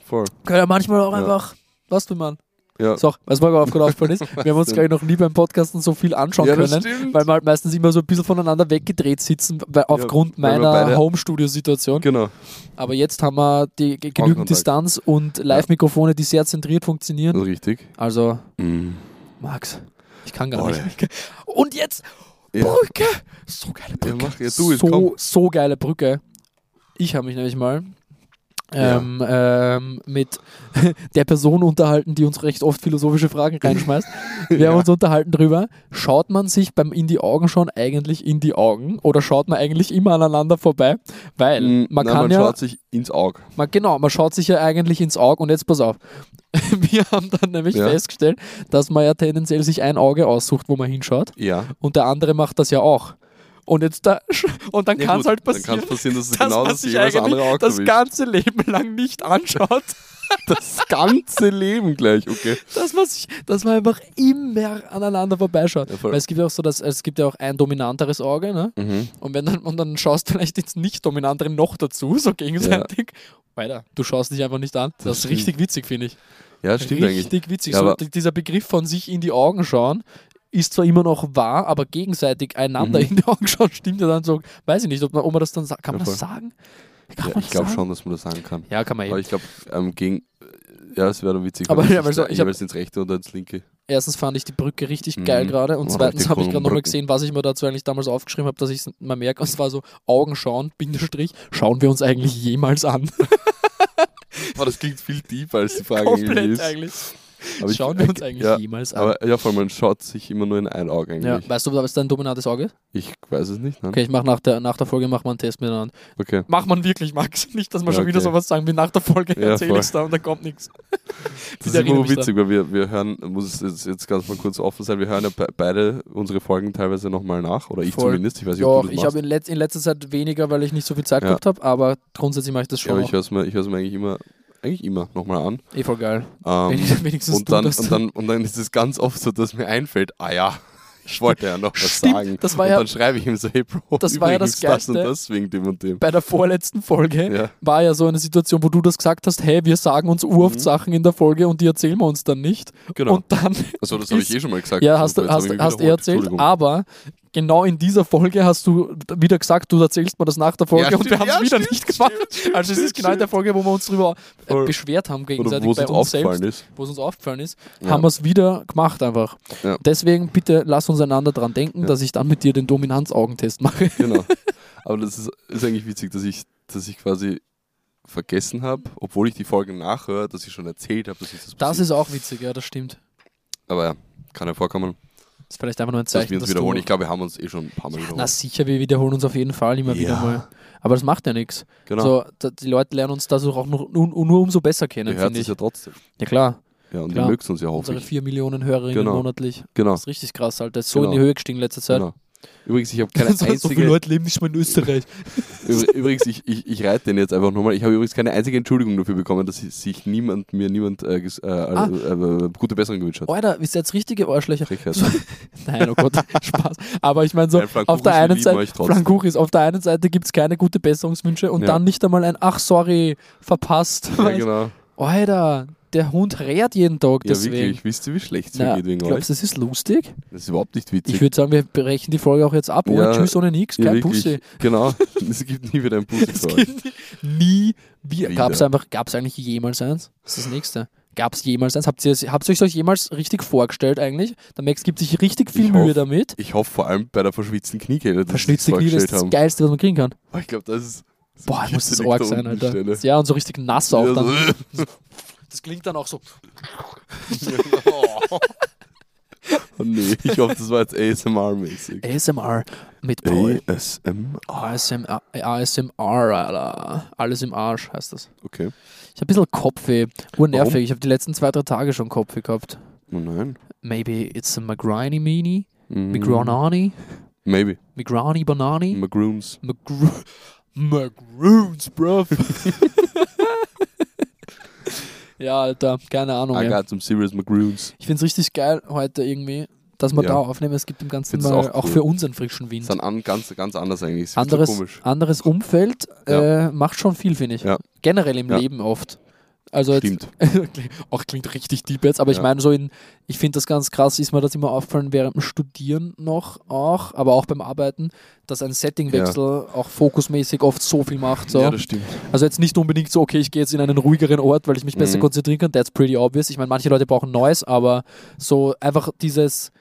Voll. können ja manchmal auch Ja. einfach, was will man? Ja. So, was mir gerade aufgefallen aufgefallen [LAUGHS] ist, wir haben uns, denn? glaube ich, noch nie beim Podcasten so viel anschauen ja, das können. stimmt. Weil wir halt meistens immer so ein bisschen voneinander weggedreht sitzen, weil aufgrund weil wir meiner beide- Home-Studio-Situation. Genau. Aber jetzt haben wir die ge- genügend Augenkontakt. Distanz und Live-Mikrofone, die sehr zentriert funktionieren. Richtig. Also, Mhm. Max, ich kann gar Boah, nicht. [LAUGHS] Und jetzt Ja. Brücke! So geile Ja, Brücke. mach, ja, du, jetzt so, komm. so geile Brücke. Ich habe mich nämlich mal Ja. ähm, ähm, mit [LAUGHS] der Person unterhalten, die uns recht oft philosophische Fragen [LAUGHS] reinschmeißt. Wir haben uns unterhalten drüber, schaut man sich beim In die Augen schon eigentlich in die Augen oder schaut man eigentlich immer aneinander vorbei? Weil Mm, man Nein, kann man ja, schaut sich ins Auge. man, genau, man schaut sich ja eigentlich ins Auge und jetzt pass auf. [LAUGHS] Wir haben dann nämlich Ja. festgestellt, dass man ja tendenziell sich ein Auge aussucht, wo man hinschaut Ja. und der andere macht das ja auch. Und jetzt da, [LAUGHS] und dann Ja, kann es gut, halt dann passieren, kann's passieren, dass [LAUGHS] es dass genau man das sich jeweils eigentlich andere Auge das erwischt. ganze Leben lang nicht anschaut. [LAUGHS] Das ganze Leben gleich, okay. dass man sich, dass man einfach immer aneinander vorbeischaut. Ja, voll. Weil es gibt ja auch so, dass es gibt ja auch ein dominanteres Auge, ne? Mhm. Und wenn dann und dann schaust du vielleicht ins nicht dominantere noch dazu, so gegenseitig. Weiter, du schaust dich einfach nicht an. Das, ist stimmt. richtig witzig, finde ich. Ja, stimmt eigentlich. richtig witzig. Ja, so, aber- di- dieser Begriff von sich in die Augen schauen ist zwar immer noch wahr, aber gegenseitig einander in die Augen schauen stimmt ja dann so. Weiß ich nicht, ob man, ob man das dann sagt. Kann Mhm. Ja, man das voll. sagen? Kann Ja, man ich das glaube sagen? schon, dass man das sagen kann. Ja, kann man eh. Aber eben. ich glaube, ähm, gegen. Ja, es wäre dann witzig, Aber wenn man ja, weil sich so- da ich hab- jeweils ins rechte oder ins linke. erstens fand ich die Brücke richtig Mhm. geil gerade und Oh, zweitens richtig habe ich cool, gerade nochmal Brücken. gesehen, was ich mir dazu eigentlich damals aufgeschrieben habe, dass ich es mal merke. Und es war so Augenschauen, Bindestrich, schauen wir uns eigentlich jemals an? Boah, das klingt viel tiefer als die [LAUGHS] Frage Komplett eigentlich ist. eigentlich. Aber ich- schauen wir uns eigentlich ja, jemals an? Aber ja, vor allem, man schaut sich immer nur in ein Auge Ja. eigentlich. Hm? Weißt du, was dein dominantes Auge ist? Ich weiß es nicht, nein. Okay, ich mache nach der, nach der Folge mach mal einen Test miteinander. Okay. Mach man wirklich, Max. [LAUGHS] Nicht, dass wir Ja, schon wieder okay. sowas sagen wie nach der Folge Ja, erzähl voll. ich's da und da kommt [LAUGHS] nichts. Das ist erinnere immer mich da. witzig, weil wir, wir hören, muss es jetzt, jetzt ganz mal kurz offen sein, wir hören ja be beide unsere Folgen teilweise nochmal nach, oder ich Voll. zumindest, ich weiß nicht, ob Doch, du das ich machst. habe in, letz in letzter Zeit weniger, weil ich nicht so viel Zeit Ja. gehabt habe, aber grundsätzlich mache ich das ja, aber schon ich höre es mir, ich hör's mir eigentlich immer, eigentlich immer nochmal an. auch. Eh voll geil. Ähm, [LAUGHS] Wenigstens und, du dann, das. und, dann, und dann ist es ganz oft so, dass mir einfällt, ah [LAUGHS] ja, ich wollte ja noch was Stimmt, sagen. das war und ja- dann schreibe ich ihm so, hey [LAUGHS] Bro, das war ja das übrigens, das und Geilste. das wegen dem und dem. bei der vorletzten Folge Ja. war ja so eine Situation, wo du das gesagt hast, hey, wir sagen uns uroft Sachen in der Folge und die erzählen wir uns dann nicht. Mhm. Genau. Und dann, [LAUGHS] Also das habe ich ist- eh schon mal gesagt. ja, hast, Jetzt habe ich hast, mich hast du wiederholt, erzählt, ah, Entschuldigung. aber genau in dieser Folge hast du wieder gesagt, du erzählst mir das nach der Folge Ja, und wir stimmt, haben es ja, wieder stimmt, nicht gemacht. stimmt, stimmt, also es ist stimmt, genau in der Folge, wo wir uns drüber äh, Voll. beschwert haben Oder gegenseitig wo es bei uns uns aufgefallen selbst, ist. wo es uns aufgefallen ist, Ja. haben wir es wieder gemacht einfach. Ja. Deswegen bitte lass uns einander dran denken, dass ich dann mit dir den Dominanzaugentest [LAUGHS] mache. Genau. Aber das ist, ist eigentlich witzig, dass ich, dass ich quasi vergessen habe, obwohl ich die Folgen nachhöre, dass ich schon erzählt habe, dass ich das Das passiert. ist auch witzig, ja, das stimmt. Aber ja, kann ja vorkommen, ist vielleicht einfach nur ein dass Zeichen, wir uns dass du wiederholen. Ich glaube, wir haben uns eh schon ein paar Mal Na wiederholt. sicher, wir wiederholen uns auf jeden Fall immer wieder Ja. mal. Aber das macht ja nichts. Genau. So, da, die Leute lernen uns dadurch auch noch nur, nur umso besser kennen, ihr hört finde es ich. ja Ja, trotzdem. klar, Ja, und Klar. ihr mögt uns ja unsere hoffentlich. vier Millionen Hörerinnen Genau. monatlich. Genau. Das ist richtig krass, Alter. Ist so in die Genau. Höhe gestiegen in letzter Zeit. genau. Übrigens, ich habe [LAUGHS] [LAUGHS] keine so, so viele einzige. Leute leben nicht mal in Österreich. Übr- Übrigens, ich, ich, ich reite den jetzt einfach nochmal. Ich habe übrigens keine einzige Entschuldigung dafür bekommen, dass ich- sich niemand, mir niemand äh, ges- äh, Ah. äh, äh, gute Besserung gewünscht [LAUGHS] hat. Alter, wisst ihr jetzt richtige Arschlöcher? [LAUGHS] Frechheit. So- Nein, oh [LAUGHS] Gott, Spaß. Aber ich meine so, Nein, Frank auf der Kuchis, wir einen lieben Seite, euch trotzdem. Frankuchis, auf der einen Seite gibt es keine gute Besserungswünsche und Ja. dann nicht einmal ein Ach, sorry, verpasst. Ja, Weißt- genau. Alter, der Hund rät jeden Tag, Ja, deswegen. wirklich. Wisst ihr, wie schlecht es mir Na, geht wegen euch? glaubst du, das ist lustig? Das ist überhaupt nicht Ich witzig. würde sagen, wir brechen die Folge auch jetzt ab. Ohne Ja, Tschüss, ohne nix, Ja, kein wirklich. Pussy. Genau. [LAUGHS] Es gibt nie wieder ein Pussy [LAUGHS] Es für euch. gibt nie wieder. Wieder. Gab es einfach, gab es eigentlich jemals eins? Das ist das nächste. Gab es jemals eins? Habt ihr habt ihr euch das jemals richtig vorgestellt eigentlich? Der Max gibt sich richtig viel Ich Mühe hoff- damit. Ich hoffe vor allem bei der verschwitzten Kniekehle, dass Verschwitzte sie es Knie das ist vorgestellt das haben. Geilste, was man kriegen kann. Aber ich glaube, das ist. das Boah, muss das kitzelig arg da sein, unten ne? die Alter. Stelle. Ja, und so richtig nass auch Ja, dann. so- Das klingt dann auch so. [LAUGHS] oh nee, ich hoffe, das war jetzt ASMR-mäßig. ASMR mit Paul. ASMR. ASMR, ASMR, Alter. Alles im Arsch heißt das. Okay. Ich habe ein bisschen Kopfweh. Urnervig. Warum? Ich habe die letzten zwei, drei Tage schon Kopfweh gehabt. Oh nein. Maybe it's a Magrani Mini, Mhm. Migranani, Maybe. Migrani Banani, Magroons. Magru Magroons, [LAUGHS] bruv. ja, Alter, keine Ahnung. I Ey. got some serious Magroons. Ich find's richtig geil heute irgendwie, dass wir Ja. da aufnehmen. Es gibt im Ganzen Find's mal auch auch, cool. für uns einen frischen Wind. Ist dann an, ganz, ganz anders eigentlich. Ist anderes, So komisch. anderes Umfeld äh, macht schon viel, finde ich. Ja. Generell im Ja. Leben oft. Also jetzt, Stimmt. [LAUGHS] auch klingt richtig deep jetzt, aber ich Ja. meine so in, ich finde das ganz krass, ist mir das immer auffallen während dem Studieren noch auch, aber auch beim Arbeiten, dass ein Settingwechsel auch fokusmäßig oft so viel macht. So. Ja, das stimmt. also jetzt nicht unbedingt so, okay, ich gehe jetzt in einen ruhigeren Ort, weil ich mich besser Mhm. konzentrieren kann, that's pretty obvious. Ich meine, manche Leute brauchen Neues, aber so einfach dieses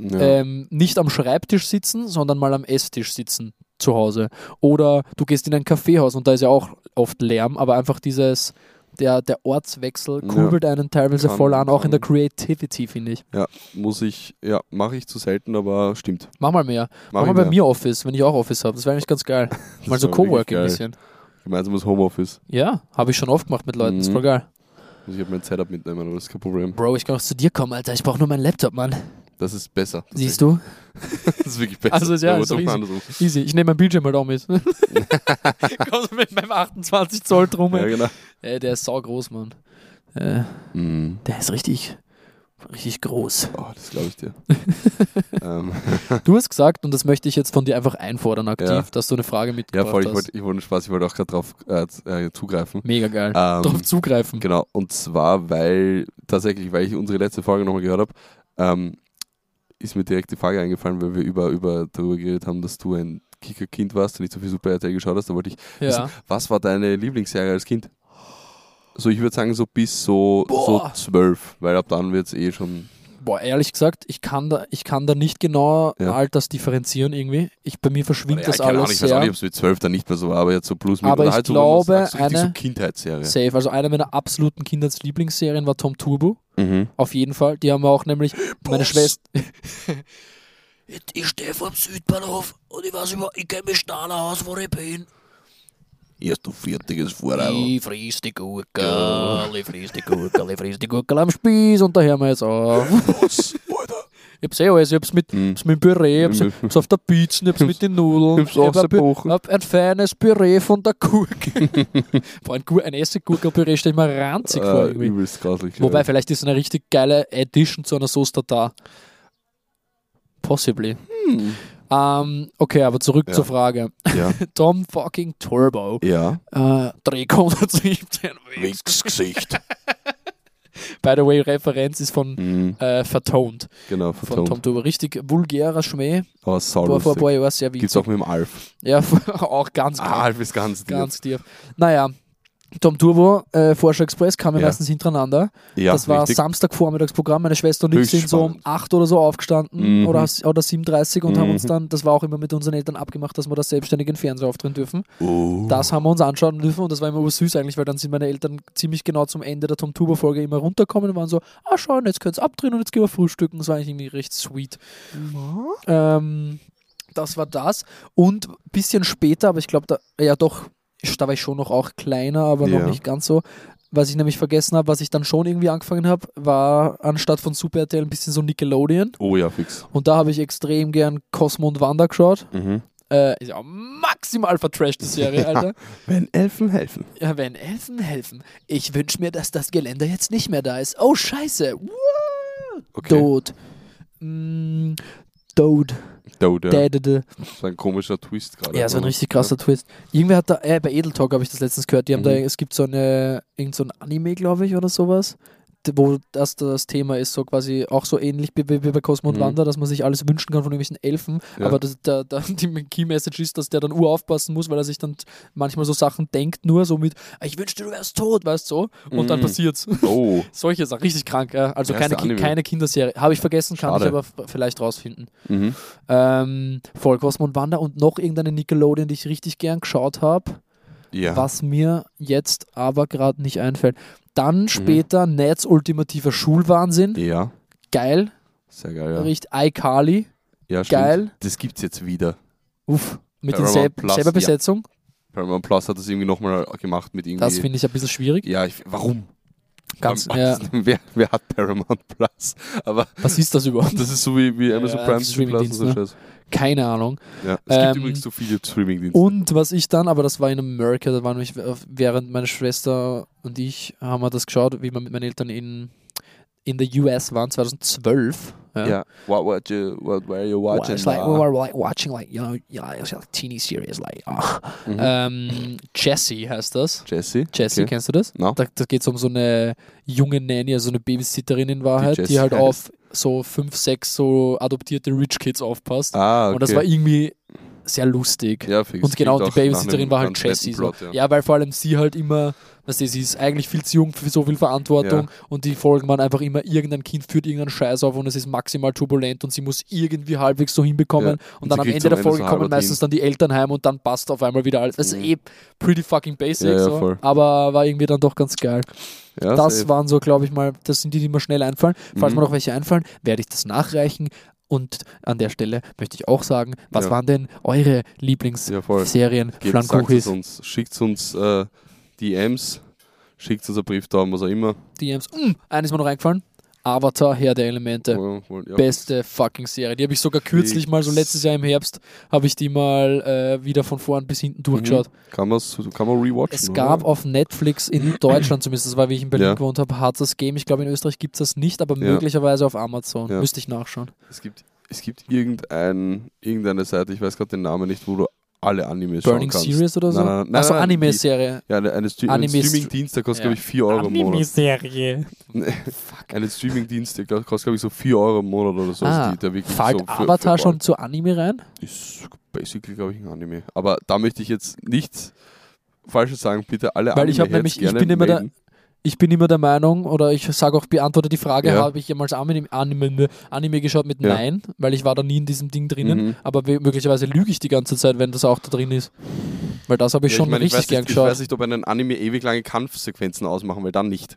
Ja. ähm, nicht am Schreibtisch sitzen, sondern mal am Esstisch sitzen. zu Hause. Oder du gehst in ein Kaffeehaus und da ist ja auch oft Lärm, aber einfach dieses, der, der Ortswechsel kurbelt einen teilweise Kann- voll an, auch in der kann. Creativity, finde ich. Ja, muss ich, ja, mache ich zu selten, aber stimmt. Mach mal mehr. Mach, Mach mal ich bei mehr. mir Office, wenn ich auch Office habe. Das wäre eigentlich ganz [LAUGHS] geil. mal ist so aber wirklich Coworking ein geil. bisschen. Gemeinsames also Homeoffice. Ja, habe ich schon oft gemacht mit Leuten. Ist Mhm. voll geil. Muss ich halt mein Setup mitnehmen, aber das ist kein Problem. Bro, ich kann auch zu dir kommen, Alter. Ich brauche nur meinen Laptop, Mann. Das ist besser. Siehst du? Das [LAUGHS] ist wirklich besser. Also, ja, Aber ist doch doch mal easy. andersrum. Easy. Ich nehme mein Bildschirm halt auch [LAUGHS] mit. [LAUGHS] Kommst du mit meinem 28 Zoll drum? Ja, ey. genau. Ey, der ist saugroß, Mann. Äh, Mhm. der ist richtig, richtig [LAUGHS] groß. Oh, das glaube [LAUGHS] ich dir. ähm, Du hast gesagt, und das möchte ich jetzt von dir einfach einfordern aktiv, Ja. dass du eine Frage ja, mitgebracht voll, ich hast. wollte ich wollte Spaß, ich wollte auch gerade drauf äh, z- äh, zugreifen. Mega geil. Ähm, Drauf zugreifen. Genau, und zwar, weil tatsächlich, weil ich unsere letzte Folge nochmal gehört habe, ähm, ist mir direkt die Frage eingefallen, weil wir über, über darüber geredet haben, dass du ein Kickerkind warst und nicht so viel Super RTL geschaut hast. Da wollte ich Ja. wissen, was war deine Lieblingsserie als Kind? So, ich würde sagen, so bis so, so Boah. zwölf, weil ab dann wird es eh schon. Boah, ehrlich gesagt, ich kann da, ich kann da nicht genau Ja. Alters differenzieren irgendwie. Ich, bei mir verschwinkt das keine Ahnung, alles ich weiß auch nicht, sehr. ob es mit zwölf dann nicht mehr so war, aber jetzt so plus mit Aber oder ich halt so, wenn man glaube, sagt, so richtig eine- so Kindheitsserie. Safe. Also eine meiner absoluten Kindheitslieblingsserien war Tom Turbo. Mhm. Auf jeden Fall. Die haben wir auch nämlich meine Boss. [LAUGHS] Schwester. Ich stehe vor dem Südbahnhof und ich weiß immer, ich kenne mich schneller aus, wo ich bin. Erst du fertiges Vorreiter. Ich friss die Gurke, ich friss die Gurke, ich friss die Gurke am Spieß und Da hören wir jetzt auf. Was? Alter. Ich hab's eh alles. Ich hab's mit, Mhm. hab's mit dem Püree, hab's, Mhm. hab's auf der Pizza, ich hab's mit den Nudeln. hab's auch hab, ein- zerbrochen. hab ein feines Püree von der [LAUGHS] Gurke. Boah, ein, Gur- ein Essiggurkenpüree stelle ich mir ranzig vor Äh, irgendwie. übelst grauslich. Wobei, ja. vielleicht ist eine richtig geile Addition zu einer Sauce Tartar. Possibly. Ähm, okay, aber zurück Hm. Ja. zur Frage. [LAUGHS] Ja. Tom fucking Turbo. ja. Äh, Dreh [LAUGHS] 117 Weeks. Winks Gesicht. By the way, Referenz ist von [LAUGHS] Mhm. äh, Vertont. Genau, Von vertont. Tom Turbo. Richtig vulgärer Schmäh. Aber War vor ein paar saulustig. Jahren sehr Gibt's witzig. auch mit dem Alf. Ja, [LAUGHS] auch ganz, Ah, Alf ist ganz dick. ganz tief. Naja, Tom Turbo, äh, Forscher Express kamen ja. Ja. meistens hintereinander. Ja, das war richtig. Samstagvormittagsprogramm. Meine Schwester und ich Höchst sind so um spannend. 8 oder so aufgestanden Mhm. oder, oder 7.30 und haben Mhm. uns dann, das war auch immer mit unseren Eltern abgemacht, dass wir das selbstständig in Fernseher aufdrehen dürfen. Oh. Das haben wir uns anschauen dürfen und das war immer ursüß eigentlich, weil dann sind meine Eltern ziemlich genau zum Ende der Tom Turbo Folge immer runtergekommen und waren so, ah schauen, jetzt könnt's abdrehen und jetzt gehen wir frühstücken. Das war eigentlich irgendwie recht sweet. Ähm, das war das. Und ein bisschen später, aber ich glaube, da, ja doch, da war ich schon noch auch kleiner, aber Ja. noch nicht ganz so. Was ich nämlich vergessen habe, was ich dann schon irgendwie angefangen habe, war anstatt von Super RTL ein bisschen so Nickelodeon. Oh ja, fix. Und da habe ich extrem gern Cosmo und Wanda geschaut. Mhm. Äh, ist ja maximal vertrashed die Serie, Alter. Wenn Elfen helfen. Ja, Äh, wenn Elfen helfen. Ich wünsche mir, dass das Geländer jetzt nicht mehr da ist. Oh, scheiße. Wow. Okay. Dod. Mm, Dod. Doda. Ja. Dädede. Das ist ein komischer Twist gerade. Ja, es war ein richtig krasser Twist. Irgendwer hat da, äh, bei Edel Talk habe ich das letztens gehört, die haben Mhm. da, es gibt so eine, irgend so ein Anime, glaube ich, oder sowas, d- wo das das Thema ist, so quasi auch so ähnlich wie, wie wie bei Cosmo und Mhm. Wanda, dass man sich alles wünschen kann von irgendwelchen Elfen, Ja. aber das, da, da, [LAUGHS] die Key-Message ist, dass der dann uraufpassen muss, weil er sich dann manchmal so Sachen denkt, nur so mit, "Ah, ich wünschte, du wärst tot, weißt du, so, und dann Mhm. passiert's. [LAUGHS] [LAUGHS] Oh. Solche Sachen, richtig krank, ja. also Ja, keine, ist der Ki- Anime. keine Kinderserie, habe ich vergessen, kann ich Schade. aber f- vielleicht rausfinden. Mhm. Ähm, voll Cosmo und Wanda und noch irgendeine Nickelodeon, die ich richtig gern geschaut habe, Ja. was mir jetzt aber gerade nicht einfällt. Dann später Nets ultimativer Schulwahnsinn. Mhm. Ja. Geil. Sehr geil, ja. Riecht iCarly. ja stimmt. geil. Das gibt's jetzt wieder. Uff. Mit Paramount derselb- Plus, selber ja. Besetzung. Paramount Plus hat das irgendwie nochmal gemacht mit irgendwie. Das finde ich ein bisschen schwierig. ja, ich, warum? Ganz, Warum- ja. [LAUGHS] wer, wer hat Paramount Plus? Aber Was ist das [LAUGHS] überhaupt? das ist so wie, wie Amazon Ja, Prime Disney Plus und Streamingdienst, so ne? Scheiß. Keine Ahnung. Ja. Es gibt Ähm, übrigens so viele Streamingdienste. Und was ich dann, aber das war in Amerika, da waren nämlich während meine Schwester und ich haben wir das geschaut, wie wir mit meinen Eltern in, in the US waren, 2012. Ja. What, what, you, what were you Well, watching? uh, it's like we da? were like watching like you know you know it's like teeny series like ah. Mhm. Ähm, Jessie uh, heißt das. Jesse? Jessie, Okay. kennst du das? No. Da, da geht es um so eine junge Nanny, also eine Babysitterin in Wahrheit, die, Jessie halt heißt. auf so fünf, sechs so adoptierte Rich Kids aufpasst. Ah, okay. Und das war irgendwie sehr lustig. ja, fix. und genau, die Klingt auch nach Babysitterin einem war halt ganz netten Jessie. So. Plot, Ja. ja. weil vor allem sie halt immer weißt du, sie ist eigentlich viel zu jung für so viel Verantwortung und die Folgen waren einfach immer, irgendein Kind führt irgendeinen Scheiß auf und es ist maximal turbulent und sie muss irgendwie halbwegs so hinbekommen. Ja. Und, Und dann sie am kriegt's Ende am der Ende Folge so kommen halber meistens hin. dann die Eltern heim und dann passt auf einmal wieder alles. Das ist eh pretty fucking basic, Ja, ja, so. voll. aber war irgendwie dann doch ganz geil. Ja, Das safe. waren so, glaube ich mal, das sind die, die mir schnell einfallen. Falls Mhm. mir noch welche einfallen, werde ich das nachreichen. Und an der Stelle möchte ich auch sagen, was Ja. waren denn eure Lieblingsserien, ja, voll. Geht, sagt es um. Flankuchis, uns, schickt uns äh, DMs, schickt uns einen Brieftauben, was auch immer. DMs? Mm, eines ist mir noch eingefallen. Avatar, Herr der Elemente. Ja, voll, Oh, ja. Beste fucking Serie. Die habe ich sogar kürzlich mal, so letztes Jahr im Herbst, habe ich die mal äh, wieder von vorn bis hinten durchgeschaut. Kann, man's, kann man rewatchen. Es gab oder? auf Netflix [CLEARS THROAT] in Deutschland zumindest, das war wie ich in Berlin Ja. gewohnt habe, hat das Game. Ich glaube, in Österreich gibt es das nicht, aber Ja. möglicherweise auf Amazon. Ja. Müsste ich nachschauen. Es gibt, es gibt irgendein, irgendeine Seite, ich weiß gerade den Namen nicht, wo du alle Animes Burning schauen kannst. Series oder so? Nein, nein, nein, Achso, nein, nein, Anime-Serie. die- Ja, eine, eine Stre Anime- ein Streaming-Dienst, der kostet, Ja. glaube ich, 4 Euro im Monat. Anime-Serie. Nee. Einen Streaming-Dienst, der glaub- kostet, glaube ich, so 4 Euro im Monat oder so. ist Ah, die, der wirklich Fällt so für- Avatar für- schon zu Anime rein? Ist basically, glaube ich, ein Anime. Aber da möchte ich jetzt nichts Falsches sagen. Bitte alle Weil ich hab Anime-Heads nämlich- ich gerne bin immer der- melden. Ich bin immer der Meinung, oder ich sage auch, beantworte die Frage, Ja. habe ich jemals Anime, Anime, Anime geschaut mit Ja. Nein, weil ich war da nie in diesem Ding drinnen. Mhm. Aber we- möglicherweise lüge ich die ganze Zeit, wenn das auch da drin ist. Weil das habe ich Ja, schon mein, richtig weiß gern nicht, Ich weiß geschaut. nicht, ob einen Anime ewig lange Kampfsequenzen ausmachen, weil dann nicht.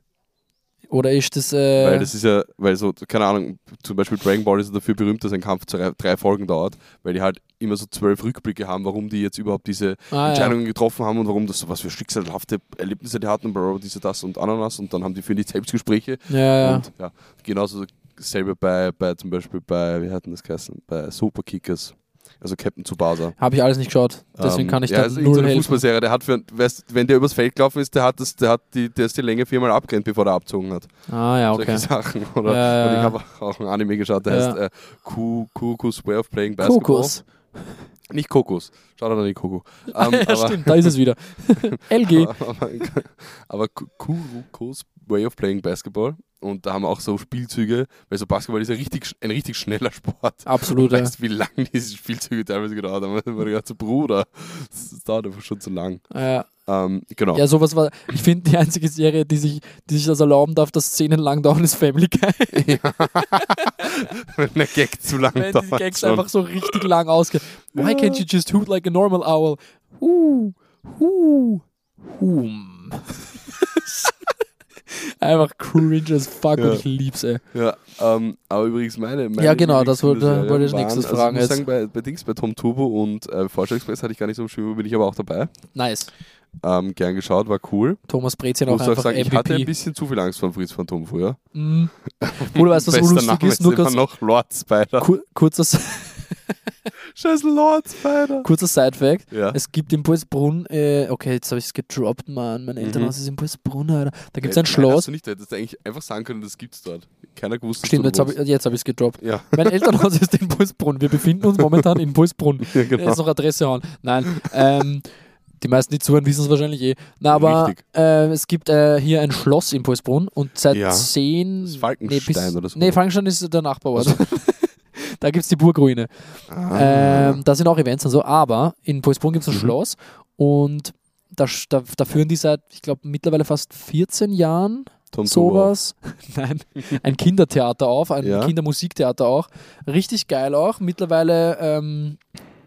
Oder ist das... Äh, Weil das ist ja, weil so, keine Ahnung, zum Beispiel Dragon Ball ist dafür berühmt, dass ein Kampf drei, drei Folgen dauert, weil die halt immer so zwölf Rückblicke haben, warum die jetzt überhaupt diese Ah, ja. Entscheidungen getroffen haben und warum das so was für schicksalhafte Erlebnisse die hatten, bro, diese, das und Ananas und dann haben die für die Selbstgespräche ja, ja. Und ja, genauso dasselbe bei, bei zum Beispiel bei, wie hatten das geheißen, bei Super Kickers, also Captain Tsubasa. Habe ich alles nicht geschaut. Deswegen Ähm, kann ich ja, da also null so eine helfen. Fußballserie, der hat für, weißt, wenn der übers Feld gelaufen ist, der hat das, der hat die, der ist die Länge viermal abgerannt, bevor er abgezogen hat. Ah ja, okay. Solche Sachen. [LAUGHS] Oder Ja, ja, und ich ja. habe auch einen Anime geschaut, der Ja. heißt äh, Ku- Kukus Way of Playing Basketball. Kokos. Nicht Kokos. Schaut an die Koko. Ähm, [LAUGHS] ja, aber- stimmt, da ist es wieder. LG. [LAUGHS] Aber, aber Ku- Kurukos Way of Playing Basketball. Und da haben wir auch so Spielzüge, weil so Basketball ist ja richtig, sch- ein richtig schneller Sport. [LAUGHS] Absolut. Ja. Weißt du, wie lange diese Spielzüge teilweise gedauert haben? [LAUGHS] Man gedacht, so Bruder, das dauert einfach schon zu lang. Ja, Ähm, genau. ja, sowas war. Ich finde, die einzige Serie, die sich, die sich das erlauben darf, dass Szenen lang dauern, ist Family Guy. [LAUGHS] Wenn der Gag zu lang Wenn diese dauert. Gags schon. einfach so richtig lang ausgehen. Why can't you just hoot like a normal owl? Uh, uh, hum. [LAUGHS] Einfach cringe as fuck Ja. und ich lieb's, ey. Ja, ähm, aber übrigens meine. meine Ja, genau, das wollte- Lieblingsserie wollte ich waren- nächstes also fragen Ich muss jetzt. sagen, bei, bei Dings, bei Tom Turbo und äh, Forscher Express hatte ich gar nicht so im Schwimmen, bin ich aber auch dabei. Nice. Ähm, gern geschaut, war cool. Thomas Brezien auch muss auch einfach sagen, ich hatte ein MVP. bisschen zu viel Angst vor Fritz Phantom früher. Mm. Oder weißt du, was [LAUGHS] Bester lustig Name ist? Nur immer ganz noch Lord Spider. kur kurzes, Scheiß Lord Spider. kurzer Side-Fact. Ja. Es gibt im Pulsbrunn, äh, okay, jetzt habe ich es gedroppt, Mann. Mein Elternhaus ist im Pulsbrunn, Alter. Da gibt es ein Mhm. Nein, hast Schloss. du nicht, du hättest eigentlich einfach sagen können, das gibt's dort. Keiner gewusst, dass Stimmt, du jetzt habe ich wohnst. es jetzt hab ich's gedroppt. Ja, Mein Elternhaus ist in Pulsbrunn. Wir befinden uns momentan in Pulsbrunn. ja genau. Jetzt noch Adresse hauen. Nein, ähm, die meisten, die zuhören, wissen es wahrscheinlich eh. Na, aber Richtig. äh, es gibt äh, hier ein Schloss in Pulsbrunn und seit Ja. zehn... Das ist Falkenstein bis- oder so. Nee, Falkenstein ist der Nachbarort. [LAUGHS] da gibt es die Burgruine. Ah, Ähm, da sind auch Events und so, aber in Pulsbrunn Mhm. gibt es ein Schloss und da, sch- da, da führen die seit, ich glaube, mittlerweile fast 14 Jahren Tom Turbo. sowas. [LAUGHS] Nein, ein Kindertheater auf, ein Ja. Kindermusiktheater auch. Richtig geil auch. Mittlerweile, ähm,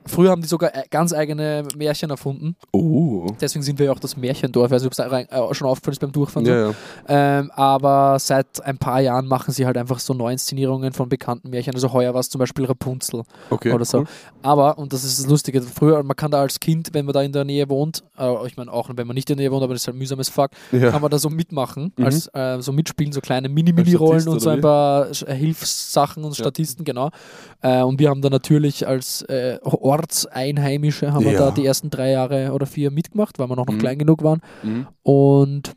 früher haben die sogar e- ganz eigene Märchen erfunden. Oh. Deswegen sind wir ja auch das Märchendorf. Ich weiß nicht, ob es da rein- äh, schon aufgefallen ist beim Durchfahren. Ja, ja. Ähm, aber seit ein paar Jahren machen sie halt einfach so Neuinszenierungen von bekannten Märchen. Also heuer war es zum Beispiel Rapunzel Okay. oder so. cool. Aber, und das ist das Lustige, früher, man kann da als Kind, wenn man da in der Nähe wohnt, äh, ich meine auch, wenn man nicht in der Nähe wohnt, aber das ist halt mühsames Fuck, Ja. kann man da so mitmachen, Mhm. als äh, so mitspielen, so kleine Mini-Mini-Rollen Statist und so oder ein wie? paar Sch- äh, Hilfssachen und Ja. Statisten, genau. Äh, und wir haben da natürlich als äh, Ortseinheimische, haben wir Ja. da die ersten drei Jahre oder vier mitgemacht, weil wir noch, noch Mhm. klein genug waren. Mhm. Und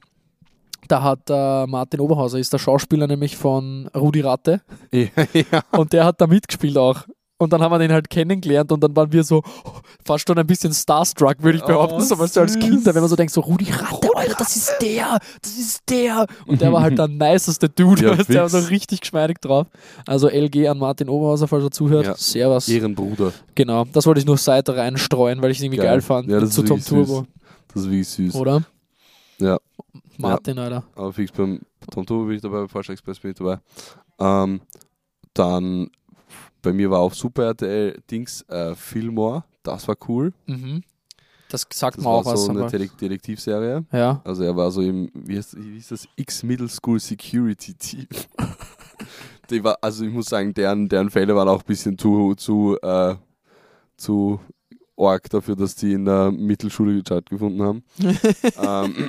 da hat äh, Martin Oberhauser, ist der Schauspieler nämlich von Rudi Ratte. ja, [LAUGHS] ja. Und der hat da mitgespielt auch. Und dann haben wir den halt kennengelernt und dann waren wir so oh, fast schon ein bisschen starstruck, würde ich Oh, behaupten, so als, als süß. Kinder, wenn man so denkt, so Rudi Ratte, Alter, das ist der, das ist der. Und [LAUGHS] der war halt der niceste Dude, Ja, weißt, du, der war so fix. richtig geschmeidig drauf. Also LG an Martin Oberhauser, falls er zuhört, Ja. Servus. Ehrenbruder. Genau, das wollte ich nur Seite reinstreuen, weil ich es irgendwie geil, Geil. fand, Ja, das zu ist Tom wirklich süß. Turbo, Das ist wirklich süß. oder? Ja, Martin, Alter. aber fix beim Tom Turbo bin ich dabei, beim Forscher Express bin ich dabei. Ähm, dann bei mir war auch Super RTL Dings äh, Fillmore, das war cool. Mhm. Das sagt Das mir war auch so was. eine aber- Detekt- Detektivserie. ja. Also er war so im, wie heißt, wie hieß das, X-Middle School [LAUGHS] Security Team. Die war, also ich muss sagen, deren, deren Fälle waren auch ein bisschen zu, zu, äh, zu arg dafür, dass die in der Mittelschule stattgefunden [LAUGHS] haben. ähm,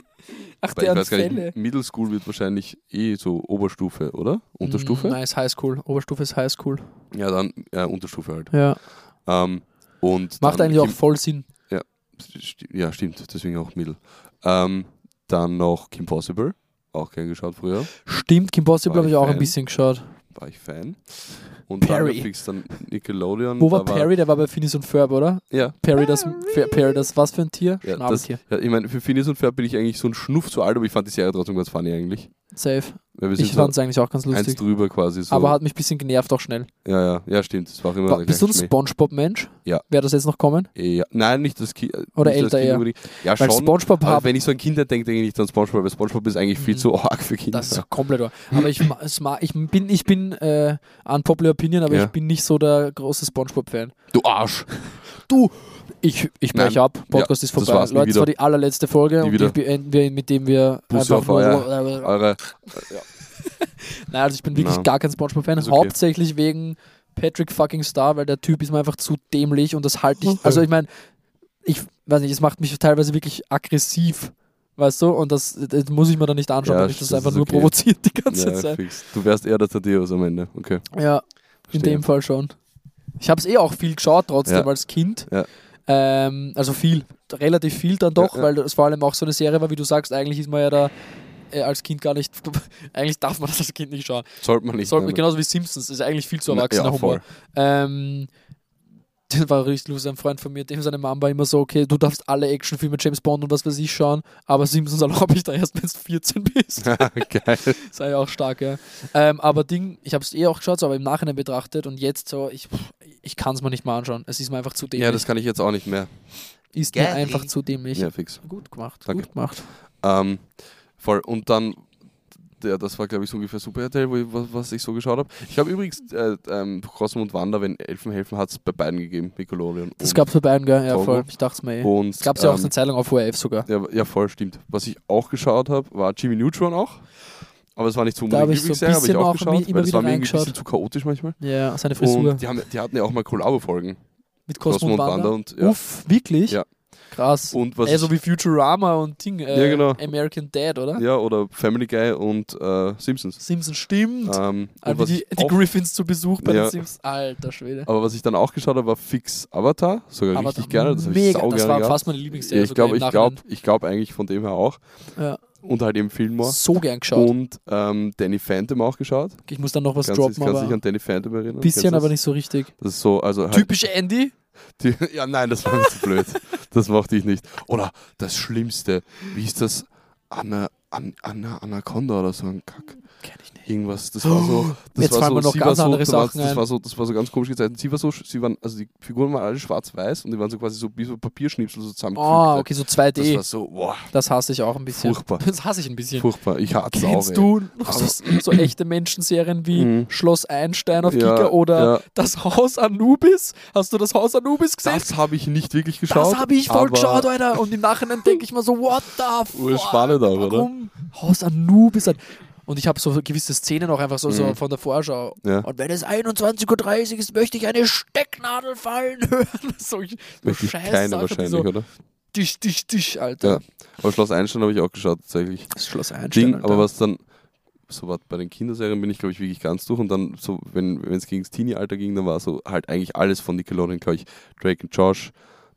Ach, weil ich deren weiß gar Fälle. nicht, Middle School wird wahrscheinlich eh so Oberstufe, oder? Unterstufe? Nein, ist Highschool. Oberstufe ist Highschool. Ja, dann ja, Unterstufe halt. Ja. Ähm, und Macht dann eigentlich auch Kim- voll Sinn. Sti- Ja, stimmt, deswegen auch Middle. Ähm, dann noch Kim Possible, auch gern geschaut früher. Stimmt, Kim Possible War habe ich ich auch ein Fan? bisschen geschaut. war ich Fan. Und Perry. dann fix dann Nickelodeon. Wo war da Perry? Der war bei Phineas und Ferb, oder? Ja, Perry, das, Fer- Perry, das was für ein Tier? ja, das, Schnabeltier. ja, ich meine, für Phineas und Ferb bin ich eigentlich so ein Schnuff zu alt, aber ich fand die Serie trotzdem ganz funny eigentlich. Safe. Weil wir sind Ich so fand es eigentlich auch ganz eins lustig. drüber quasi so. Aber hat mich ein bisschen genervt auch schnell. ja, ja, ja, stimmt. Das war auch immer Wa- der Bist du ein gleiche Spongebob-Mensch? Ja. Wäre das jetzt noch kommen? Schmäh. ja, Nein, nicht das Kind. Oder nicht das älter Kind eher? unbedingt. Ja, Weil schon. Spongebob Aber hab, wenn ich so an Kinder denke, denke ich nicht an Spongebob, weil Spongebob ist eigentlich viel Mhm. zu arg für Kinder. das ist komplett wahr. Aber ich, ma- es ma- ich bin, ich bin äh, unpopular opinion, aber Ja. ich bin nicht so der große Spongebob-Fan. du Arsch! Du, ich, ich Nein. breche ab. Podcast ist vorbei. war's, nie Leute, das wieder. war die allerletzte Folge Nie und wieder. die beenden wir, mit dem wir Busse einfach nur... auf [LAUGHS] Eure. Nein, also ich bin wirklich Na. gar kein Spongebob-Fan. Ist okay. Hauptsächlich wegen Patrick fucking Star, weil der Typ ist mir einfach zu dämlich und das halte ich. Also ich meine, ich weiß nicht, es macht mich teilweise wirklich aggressiv. Weißt du, und das, das muss ich mir dann nicht anschauen, Ja, weil ich das, das einfach ist nur okay. provoziert die ganze Ja, Zeit. fix. Du wärst eher der Tadeus am Ende. Okay. Ja, in verstehe. dem Fall schon. Ich habe es eh auch viel geschaut, trotzdem Ja. als Kind. Ja. Ähm, also viel, relativ viel dann doch, Ja, ja. weil das vor allem auch so eine Serie war, wie du sagst, eigentlich ist man ja da äh, als Kind gar nicht, [LAUGHS] eigentlich darf man das als Kind nicht schauen. Sollte man nicht. Sollte, nein, genauso wie Simpsons, ist eigentlich viel zu nein. erwachsener ja, Humor. voll. [LAUGHS] Ähm, das war richtig lustig, ein Freund von mir, dem seine Mama war immer so, okay, du darfst alle Actionfilme, James Bond und was weiß ich schauen, aber Simpsons erlaube ich da erst, wenn du 14 bist. Geil. Sei auch stark, ja. Ähm, aber Ding, ich habe es eh auch geschaut, so, aber im Nachhinein betrachtet und jetzt so, ich, pff, ich kann es mir nicht mal anschauen. Es ist mir einfach zu dämlich. Ja, das kann ich jetzt auch nicht mehr. ist mir Gary. einfach zu dämlich. Ja, fix. Gut gemacht, Danke. gut gemacht. Ähm, voll. Und dann, der, das war, glaube ich, so ungefähr Super RTL, wo ich, was, was ich so geschaut habe. Ich habe übrigens äh, ähm, Crossum und Wander, wenn Elfen helfen, hat es bei beiden gegeben, Nickelodeon. Das und, gab es bei beiden, gell? Ja, Togo. voll. Ich dachte es mir eh. und, Es gab es ja auch ähm, eine Zeit lang auf ORF sogar. ja, ja, voll, stimmt. Was ich auch geschaut habe, war Jimmy Neutron auch. Aber es war nicht so Da hab ich so ein Lieblingsserie, habe ich bisschen auch auch mi- geschaut, immer weil es wieder war mir irgendwie ein reingeschaut. bisschen zu chaotisch manchmal. Ja, seine Frisur. Und die, haben, die hatten ja auch mal Kollabo-Folgen. mit Cosmo Cosmo und Wanda. und ja. Uff, wirklich? Ja. Krass. Und was Ey, ich, so wie Futurama und Ding. Äh, Ja, genau. American Dad, oder? ja, oder Family Guy und äh, Simpsons. Simpsons stimmt. Ähm, und also was die, ich die auch Griffins zu Besuch bei Ja. den Simpsons. Alter Schwede. Aber was ich dann auch geschaut habe, war fix Avatar. Sogar Aber Äh, richtig da- gerne. Das habe ich mega, sau das gerne war gehabt. fast meine Lieblingsserie. ich glaube, ich sogar im glaube, ich glaube eigentlich von dem her auch. Nachhinein. Und halt eben Ja, Fillmore. so gern geschaut. Und ähm, Danny Phantom auch geschaut. ich muss dann noch was kannst droppen, du kannst dich aber an Danny Phantom erinnern? ein bisschen, Kennst du aber das? nicht so richtig. Das ist so, also halt Typisch Andy. die, [LAUGHS] Ja, nein, das war mir zu [LAUGHS] blöd. Das mochte ich nicht. Oder das Schlimmste, wie ist das? Anna, An, Anna Anaconda oder so ein Kack. Kenn ich nicht. Irgendwas, das war so. Das Oh, Jetzt war fallen so, mir noch sie ganz war so, andere da war- Sachen das ein. war so, das war so ganz komisch gezeichnet. Sie war so, sie waren, also die Figuren waren alle schwarz-weiß und die waren so quasi so wie so Papierschnipsel so zusammengefügt. Oh, okay, so Das 2D. war Das, so, boah, hasse ich auch ein bisschen. Furchtbar. Das hasse ich ein bisschen. furchtbar. Ich hatte es auch. Kennst ey. du noch so, so echte Menschenserien wie Mhm. Schloss Einstein auf Ja, Kika oder ja. Das Haus Anubis? Hast du das Haus Anubis gesehen? Das habe ich nicht wirklich geschaut. Das habe ich voll aber geschaut, Alter. Und im Nachhinein denke ich mir so, what the fuck? Urspannend auch, oder? Warum? Haus Anubis. hat- Und ich habe so gewisse Szenen auch einfach so, so von der Vorschau. Mhm. Ja. Und wenn es 21.30 Uhr ist, möchte ich eine Stecknadel fallen [LAUGHS] hören. so ich- so Wirklich scheiß keine Sachen, die wahrscheinlich, so, oder? Dich, dich, dich, Alter. Ja. Aber Schloss Einstein habe ich auch geschaut, tatsächlich. Das Schloss Einstein. Ding, Alter. aber was dann, so was bei den Kinderserien bin ich, glaube ich, wirklich ganz durch. Und dann, so, wenn es gegen das Teenie-Alter ging, dann war so halt eigentlich alles von Nickelodeon, glaube ich. Drake und Josh,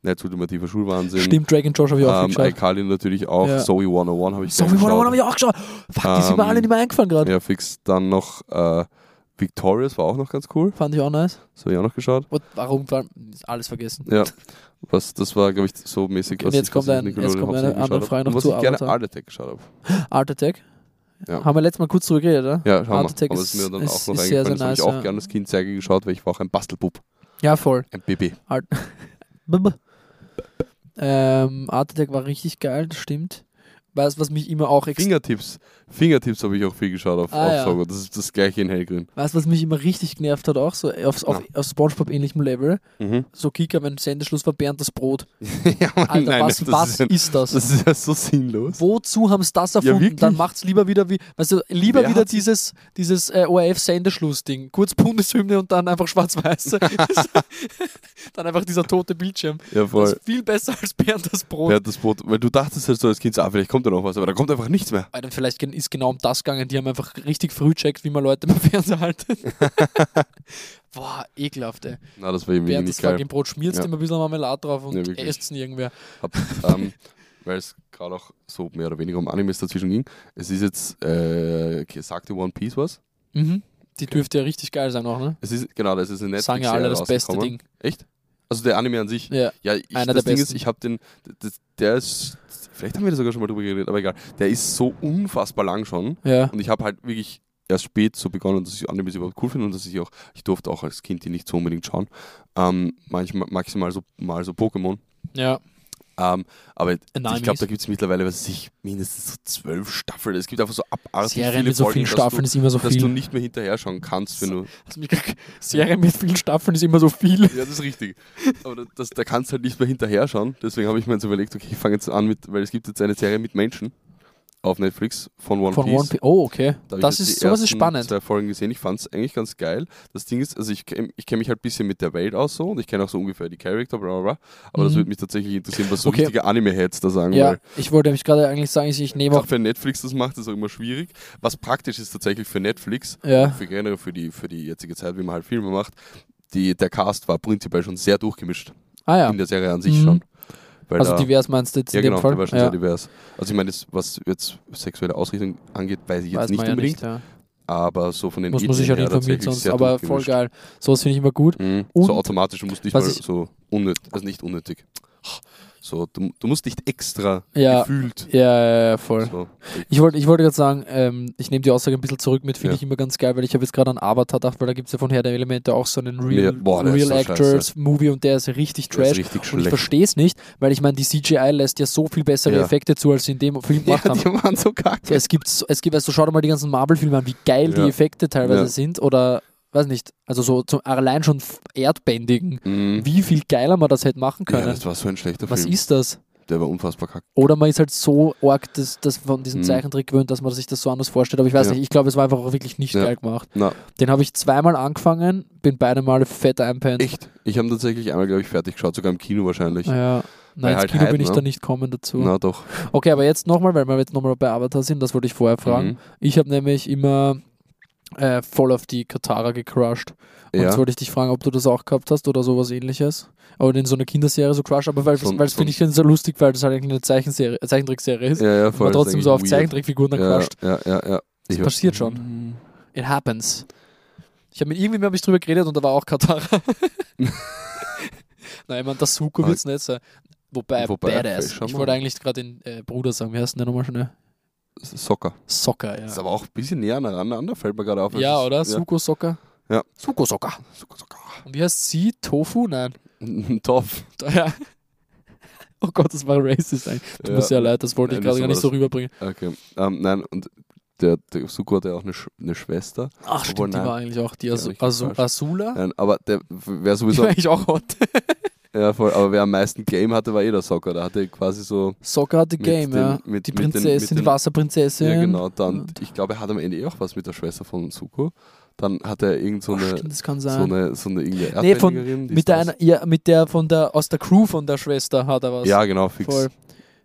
Netz ultimativer Schulwahnsinn. Stimmt, Drake und Josh habe ich auch Ähm, geschaut. iCarly natürlich auch. Ja. Zoe 101 habe ich Sorry, gern One geschaut. habe ich auch geschaut. Fuck, die sind mir Ähm, alle nicht mehr eingefallen gerade. Ja, fix. Dann noch äh, Victorious war auch noch ganz cool. Fand ich auch nice. Das habe ich auch noch geschaut. Und warum? war- Alles vergessen. Ja. Was, das war, glaube ich, so mäßig, Und was jetzt ich, kommt was ich ein- jetzt Nickelodeon kommt eine hauptsächlich andere geschaut Frage hab. noch Und was zu ich gerne Avatar. Art Attack geschaut habe. Art Attack. Ja. Haben wir letztes Mal kurz drüber geredet, oder? Ja, schau mal. Art Attack Aber ist- ist mir dann ist- auch noch ist eingefallen. sehr, sehr das habe ich nice, auch ja. gerne als Kind sehr gerne geschaut, weil ich war auch ein Bastelbub. Ja, voll. Ein Baby. Halt. [LAUGHS] Bum. Ähm, Art Attack war richtig geil, das stimmt. Weißt was mich immer auch extrem. Fingertips. Fingertips habe ich auch viel geschaut auf, Ah, auf ja. Sauber. Das ist das gleiche in Hellgrün. Weißt was mich immer richtig genervt hat, auch so auf, auf, auf Spongebob-ähnlichem Level? Mhm. So Kicker, wenn Sendeschluss war, Bernd das Brot. [LAUGHS] ja, Mann, Alter, nein, was, das was ist, ist, ja, das? das ist ja so sinnlos. Wozu haben sie das erfunden? wirklich. Dann macht's lieber wieder wie, weißt du, lieber Wer wieder hat- dieses, dieses äh, ORF-Sendeschluss-Ding. Kurz Bundeshymne und dann einfach [LAUGHS] schwarz-weiß. [LAUGHS] dann einfach dieser tote Bildschirm. Ja, voll. Das ist viel besser als Bernd das Brot. Wer hat das Brot? Weil du dachtest halt so als Kind, so, ah, vielleicht kommt da noch was, aber da kommt einfach nichts mehr. Weil dann vielleicht gen- ist genau um das gegangen. Die haben einfach richtig früh checkt, wie man Leute beim [LAUGHS] Fernseher [LAUGHS] haltet. Boah, ekelhaft, ey. Na, das war eben Während nicht das geil. fucking Brot schmierst, Ja. immer ein bisschen Marmelade drauf Ja, und wirklich. esst es irgendwer. Hab, ähm, weil es gerade auch so mehr oder weniger um Animes dazwischen ging. Es ist jetzt, äh, sagt dir One Piece was? Mhm. Die dürfte ja richtig geil sein auch, ne? Es ist, genau, das ist eine netflix Sagen ja alle das beste rausgekommen. Ding. Echt? Also der Anime an sich. Ja. Ja, ich, Einer das der Ding ist, besten. ich habe den, das, der ist, vielleicht haben wir da sogar schon mal drüber geredet, aber egal. Der ist so unfassbar lang schon Ja. und ich habe halt wirklich erst spät so begonnen, dass ich Animes überhaupt cool finde und dass ich auch, ich durfte auch als Kind die nicht so unbedingt schauen. Ähm, manchmal, maximal so, mal so Pokémon. Ja. Ähm, aber ich Animes. glaube, da gibt es mittlerweile, was weiß ich, mindestens so zwölf Staffeln. Es gibt einfach so abartig Serien viele mit so Folgen, vielen Staffeln dass, ist immer so du, dass du [LAUGHS] viel. nicht mehr hinterher schauen kannst, wenn du Hast du mich gerade- Serien mit vielen Staffeln ist immer so viel. Ja, das ist richtig. Aber da- das, da kannst du halt nicht mehr hinterher schauen. Deswegen habe ich mir jetzt überlegt, okay, ich fange jetzt an mit, weil es gibt jetzt eine Serie mit Menschen auf Netflix von One Von Piece. One Piece. Oh, okay. Da habe ich das jetzt ist, die sowas ist ersten spannend. zwei Folgen gesehen. Ich fand es eigentlich ganz geil. Das Ding ist, also ich, kenn- ich kenne mich halt ein bisschen mit der Welt aus so und ich kenne auch so ungefähr die Charakter, bla bla bla. Aber das Mhm. würde mich tatsächlich interessieren, was so Okay. richtige Anime-Heads da sagen. Ja, Weil ich wollte nämlich gerade eigentlich sagen, ich, ich nehme auch. gerade für Netflix das macht, ist auch immer schwierig. Was praktisch ist tatsächlich für Netflix, Ja. für generell für die, für die jetzige Zeit, wie man halt Filme macht, die, der Cast war prinzipiell schon sehr durchgemischt Ah ja. in der Serie an sich Mhm. schon. Weil Also da, divers meinst du jetzt ja, in dem genau, Fall? der war schon ja. sehr divers. Also ich meine, das, was jetzt sexuelle Ausrichtung angeht, weiß ich jetzt Weiß nicht man ja unbedingt, nicht. Ja. aber so von den Muss man sich Ethnien halt her informieren, tatsächlich sonst. sehr Aber voll durchgemischt. geil. Sowas finde ich immer gut. Mhm. Und- so automatisch, du musst nicht mal Was ich- so unnötig, also nicht unnötig. So, du, du musst nicht extra Ja. gefühlt. Ja, ja, ja, voll. So. Ich wollte ich wollte gerade sagen, ähm, ich nehme die Aussage ein bisschen zurück mit, finde Ja. ich immer ganz geil, weil ich habe jetzt gerade an Avatar gedacht, weil da gibt es ja von Herr der Elemente auch so einen Real, Ja, boah, der ist Real so Actors Movie und der ist richtig Der ist trash. richtig und ich schlecht. verstehe es nicht, weil ich meine, die CGI lässt ja so viel bessere Ja. Effekte zu, als sie in dem Film Ja, gemacht haben. die waren so kacke. Es gibt, so- es gibt, also schau dir mal die ganzen Marvel-Filme an, wie geil Ja. die Effekte teilweise Ja. sind oder, weiß nicht, also so zum, allein schon f- Erdbändigen, Mhm. wie viel geiler man das hätte machen Ja, können. das war so ein schlechter Was Film. ist das? Der war unfassbar kacke. Oder man ist halt so arg das, das von diesem Mhm. Zeichentrick gewöhnt, dass man sich das so anders vorstellt. Aber ich weiß Ja. nicht, ich glaube, es war einfach auch wirklich nicht Ja. geil gemacht. Na, Den habe ich zweimal angefangen, bin beide Male fett einpennt. echt. Ich habe tatsächlich einmal, glaube ich, fertig geschaut, sogar im Kino wahrscheinlich. Ja. Nein, Weil ins halt Kino bin Hype, ich ne? da nicht kommen dazu. Na doch. Okay, aber jetzt nochmal, weil wir jetzt nochmal bei Avatar sind, das wollte ich vorher fragen. Mhm. Ich habe nämlich immer äh, voll auf die Katara gecrushed. Und Ja. jetzt wollte ich dich fragen, ob du das auch gehabt hast oder sowas ähnliches. Aber in so einer Kinderserie so crush, aber weil So ein- weil das so ein- finde ich dann so lustig, weil das halt eigentlich eine Zeichenserie, Zeichentrickserie ist. ja, ja, voll. aber ist trotzdem eigentlich so auf weird. Zeichentrickfiguren dann ja, crushed. ja, ja, ja. Das Ich- passiert schon. It happens. Ich habe mit irgendwem hab ich drüber geredet und da war auch [LAUGHS] Katara. Nein, man, das Suko wird es nicht sein. Wobei, Wobei, Badass. schau Ich mal. wollte eigentlich gerade den äh, Bruder sagen. Wie heißt denn der nochmal schnell? Soccer. Socker, Ist ja. aber auch ein bisschen näher aneinander, fällt mir gerade auf. Ja, Es ist- oder? Suko Socker. Ja. Suko Socker. Soccer, Soccer. [LAUGHS] Und wie heißt sie? Tofu? Nein. Toff. Da- Ja. Oh Gott, das war racist eigentlich. Tut Ja. mir sehr leid, das wollte Nein, ich gerade wieso gar nicht war so das- rüberbringen. Okay. Ähm, nein, und der, der Suko hat ja auch eine, Sch eine Schwester. Ach, Obwohl, stimmt, die nein. war eigentlich auch die Ja, Azu ich Azu gefragt. Azula. Nein, aber der wer Die [LAUGHS] sowieso. war eigentlich auch hot. ja, voll, aber wer am meisten Game hatte, war eh der Soccer. Der hatte quasi so. Soccer hatte Mit Game, den- ja. mit- die mit den- mit Prinzessin, den- die Wasserprinzessin. Ja, genau. Dann, Und- ich glaube, er hat am Ende eh auch was mit der Schwester von Suko. Dann hat er irgend so Ach, eine. stimmt, das kann So sein. eine, so eine irgendeine Nee, von- Erdbändigerin, die mit ist der, das. einer, ja, mit der von der aus der Crew von der Schwester hat er was. Ja, genau, fix. voll.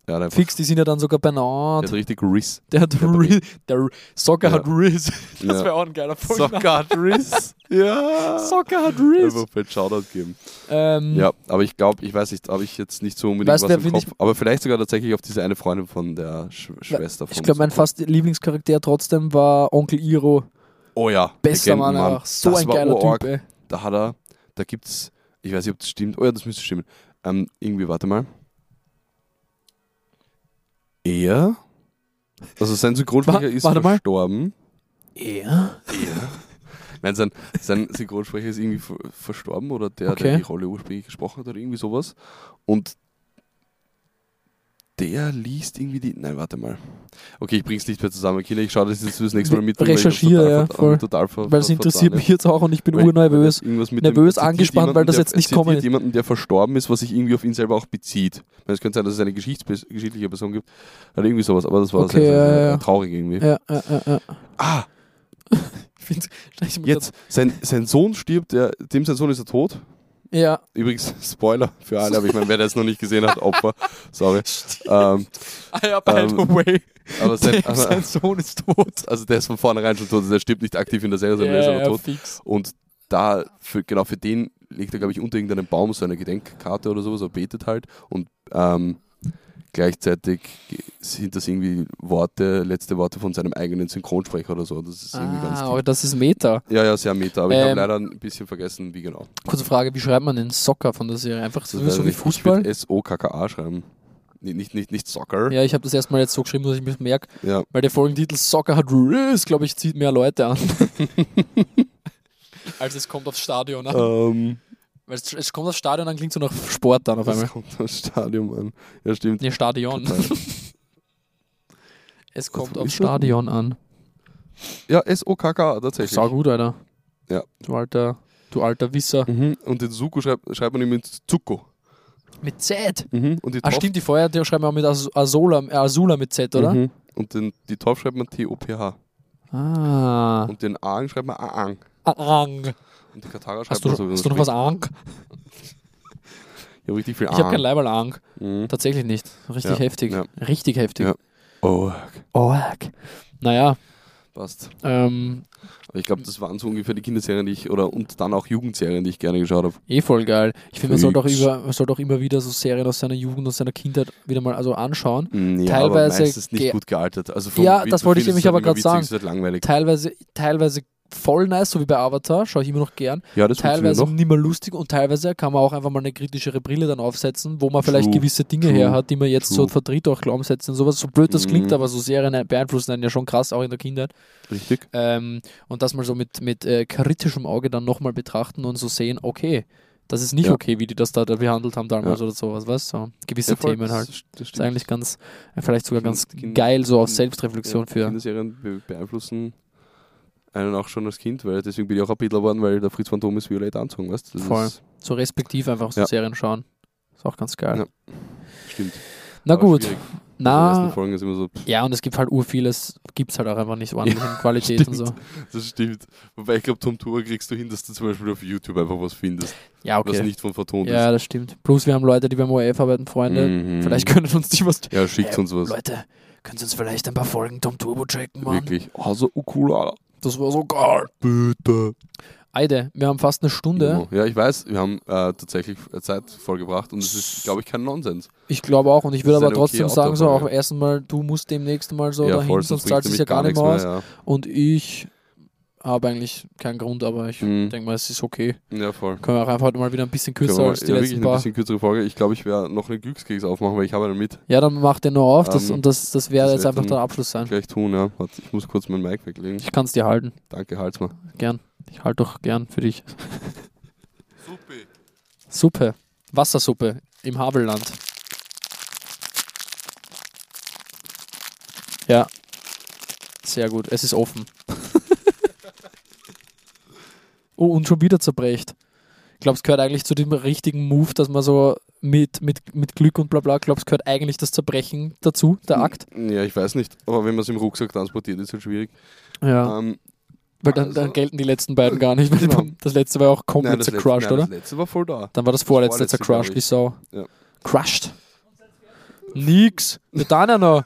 Ja, der Fix, die sind ja dann sogar der benannt. hat richtig Riss. Der hat der- Riz, der R- Soccer Ja. hat Riz. [LAUGHS] Das Ja. wäre auch ein geiler Folge. Soccer hat Riss. ja. Soccer hat Riz. Einfach fett Shoutout geben. Ähm, Ja, aber ich glaube, ich weiß nicht, habe ich jetzt nicht so unbedingt Weißt was wer, im find Kopf. ich- aber vielleicht sogar tatsächlich auf diese eine Freundin von der Sch Schwester von Ich glaube, mein Zuko. fast Lieblingscharakter trotzdem war Onkel Iro. Oh ja, Bester Mann, Legendenmann. einfach. So das ein war geiler urarg. Typ, ey. Da hat er, da gibt's, ich weiß nicht, ob das stimmt. Oh ja, das müsste stimmen. Ähm, irgendwie, warte mal. Er? Also sein Synchronsprecher Wa- ist warte mal. verstorben. Er? Nein, sein, sein [LAUGHS] Synchronsprecher ist irgendwie ver- verstorben oder der, Okay. der die Rolle ursprünglich gesprochen hat oder irgendwie sowas. Und der liest irgendwie die. Nein, warte mal. Okay, ich bring's nicht mehr zusammen, Kinder. Ich schaue das jetzt fürs nächste Mal mit. weil ich hab's Recherchiere, total ja, ver- voll. Total ver Weil es ver- interessiert vertan, mich jetzt auch und ich bin Weil- urnervös. Irgendwas mit nervös dem, er zitiert angespannt, weil das der- jetzt nicht er zitiert kommen ist. jemanden, der verstorben ist, was sich irgendwie auf ihn selber auch bezieht. Ich meine, Es könnte sein, dass es eine geschichtsbe- geschichtliche Person gibt. Oder irgendwie sowas, aber das war Okay, sehr, sehr, sehr ja, ja. traurig irgendwie. Ja, ja, ja, ja. Ah, Ich [LAUGHS] find's, ich muss jetzt, sein, sein Sohn stirbt, der, dem sein Sohn ist er tot. grad- Ja, Übrigens, Spoiler für alle, aber ich meine, wer das noch nicht gesehen hat, Opfer, [LAUGHS] sorry. Ähm, ah, ja by Ähm, the [LAUGHS] way, aber sein, Dave, [LAUGHS] sein Sohn ist tot. also der ist von vornherein schon tot, also der stirbt nicht aktiv in der Serie, sondern der ist aber tot. fix. Und da, für, genau für den legt er, glaube ich, unter irgendeinem Baum so eine Gedenkkarte oder sowas, er betet halt und ähm, gleichzeitig ge- sind das irgendwie Worte, letzte Worte von seinem eigenen Synchronsprecher oder so. Das ist irgendwie ganz Ah, toll. aber das ist Meta. Ja, ja, sehr meta, aber ich Ähm, habe leider ein bisschen vergessen, wie genau. Kurze Frage, wie schreibt man den Soccer von der Serie? Einfach so, weiß so ich wie nicht. Ich Fußball? würde S-O-K-K-A schreiben. Nee, nicht, nicht, nicht Soccer. Ja, ich habe das erstmal jetzt so geschrieben, dass ich mich merke, Ja. weil der Folgentitel Soccer hat Rules, glaube ich, zieht mehr Leute [LAUGHS] an. Als es kommt aufs Stadion ne? an. Ähm, Weil es, es kommt aufs Stadion an, klingt so nach Sport dann auf das einmal. kommt das Stadion an. Ja, stimmt. Nee, Stadion. [LAUGHS] Es kommt Was aufs ist das? Stadion an. Ja, S-O-K-K-A, tatsächlich. Sag gut, Alter. Ja. Du alter, du alter Wisser. Mhm. Und den Suko schreibt, schreibt man ihm mit Zuko. Mit Z. Und die Ah, Topf- stimmt, die Feuer, die schreiben wir auch mit Az- Azola, äh, Azula mit Z, oder? Mhm. Und den, die Torf schreibt man T-O-P-H. Ah. Und den Aang schreibt man Aang. Ang. Und die Katara schreibt Hast du, man so. hast du noch was Ang? Ich habe richtig viel Ich habe kein Aang. Leiberl Ang. Mhm. Tatsächlich nicht. Richtig Ja, heftig. ja. Richtig heftig. Ja. Oh, Oh, heck. Naja, passt. ähm, Aber ich glaube, das waren so ungefähr die Kinderserien, die ich, oder und dann auch Jugendserien, die ich gerne geschaut habe. eh voll geil. Ich finde, man sollte auch, Freaks. über, man sollte auch immer wieder so Serien aus seiner Jugend, aus seiner Kindheit wieder mal also anschauen. Ja, aber Teilweise meistens ge- nicht gut gealtert. Also Ja, das wollte ich nämlich aber grad gerade sagen. Ist halt langweilig. Teilweise, teilweise voll nice, so wie bei Avatar, schaue ich immer noch gern. Ja, das funktioniert teilweise noch. nicht mehr lustig und teilweise kann man auch einfach mal eine kritischere Brille dann aufsetzen, wo man True, vielleicht gewisse Dinge true, her hat, die man jetzt so true. vertritt, auch Glauben setzt und sowas. So blöd das klingt, Mhm. aber so Serien beeinflussen einen ja schon krass, auch in der Kindheit. Richtig. Ähm, und das mal so mit, mit äh, kritischem Auge dann nochmal betrachten und so sehen, okay, das ist nicht Ja. okay, wie die das da, da behandelt haben damals Ja. oder sowas, weißt du? So, gewisse Ja, voll, Themen das- halt. Das Ist stimmt. eigentlich ganz, äh, vielleicht sogar Kind- ganz Kind- geil, so auf Kind- Selbstreflexion Ja, für. Kinderserien be beeinflussen einen auch schon als Kind, weil deswegen bin ich auch ein Bettler geworden, weil der Fritz von Thomas violett anzogen, weißt du? Das Voll. Ist, So respektiv einfach so Ja. Serien schauen. Ist auch ganz geil. Ja. stimmt. Na Aber gut, schwierig. Die na, ersten Folgen ist immer so, pff, Ja, und es gibt halt urvieles, gibt es halt auch einfach nicht so ordentlich in Qualität und so. das stimmt. Wobei ich glaube, Tom Tour kriegst du hin, dass du zum Beispiel auf YouTube einfach was findest, Ja, was okay. nicht von vertont Ja, das stimmt. Plus, wir haben Leute, die beim ORF arbeiten, ist. Freunde. Mhm. Vielleicht können uns die was. ja, schickt Äh, uns was. Leute, können Sie uns vielleicht ein paar Folgen Tom Turbo checken, Mann? Wirklich. Also, oh, cool, Alter. Das war so geil. Bitte. Eide, wir haben fast eine Stunde. Ja, ich weiß, wir haben äh, tatsächlich Zeit vollgebracht und es ist, glaube ich, kein Nonsens. Ich glaube auch. Und ich Das würde ist aber eine okay trotzdem sagen, so auch Outdoor-Folge. erstens mal, du musst demnächst mal so dahin, sonst bringt's zahlt sich nämlich ja gar nicht mehr nichts aus. mehr, Und ich habe eigentlich keinen Grund, aber ich Mhm. denke mal, es ist okay. ja. ja, voll. Können wir auch einfach heute mal wieder ein bisschen kürzer Können wir als die ja, wirklich letzten eine paar. bisschen kürzere Folge. Ich glaube, ich werde noch einen Glückskeks aufmachen, weil ich habe einen mit. Ja, dann mach den nur auf das, Ähm, und das, das wäre das jetzt wär einfach dann- der Abschluss sein. Gleich tun, ja. Warte, ich muss kurz mein Mic weglegen. Ich kann es dir halten. Danke, halt's mal. Gern. Ich halte doch gern für dich. Suppe. Wassersuppe im Havelland. Ja. Sehr gut. Es ist offen. [LAUGHS] oh, und schon wieder zerbrecht. Ich glaube, es gehört eigentlich zu dem richtigen Move, dass man so mit, mit, mit Glück und bla bla, glaube es gehört eigentlich das Zerbrechen dazu, Hm. der Akt. Ja, ich weiß nicht. Aber wenn man es im Rucksack transportiert, ist es halt schwierig. Ja. Ähm, Weil dann, dann Also- gelten die letzten beiden gar nicht. weil Genau. Das letzte war ja auch komplett das letzte, zercrushed, nein, oder? das letzte war voll da. Dann war das vorletzte, vorletzte, zercrushed, glaub wie ich. Sau. Ja. Crushed. Nix. Wir dann ja [LAUGHS] noch.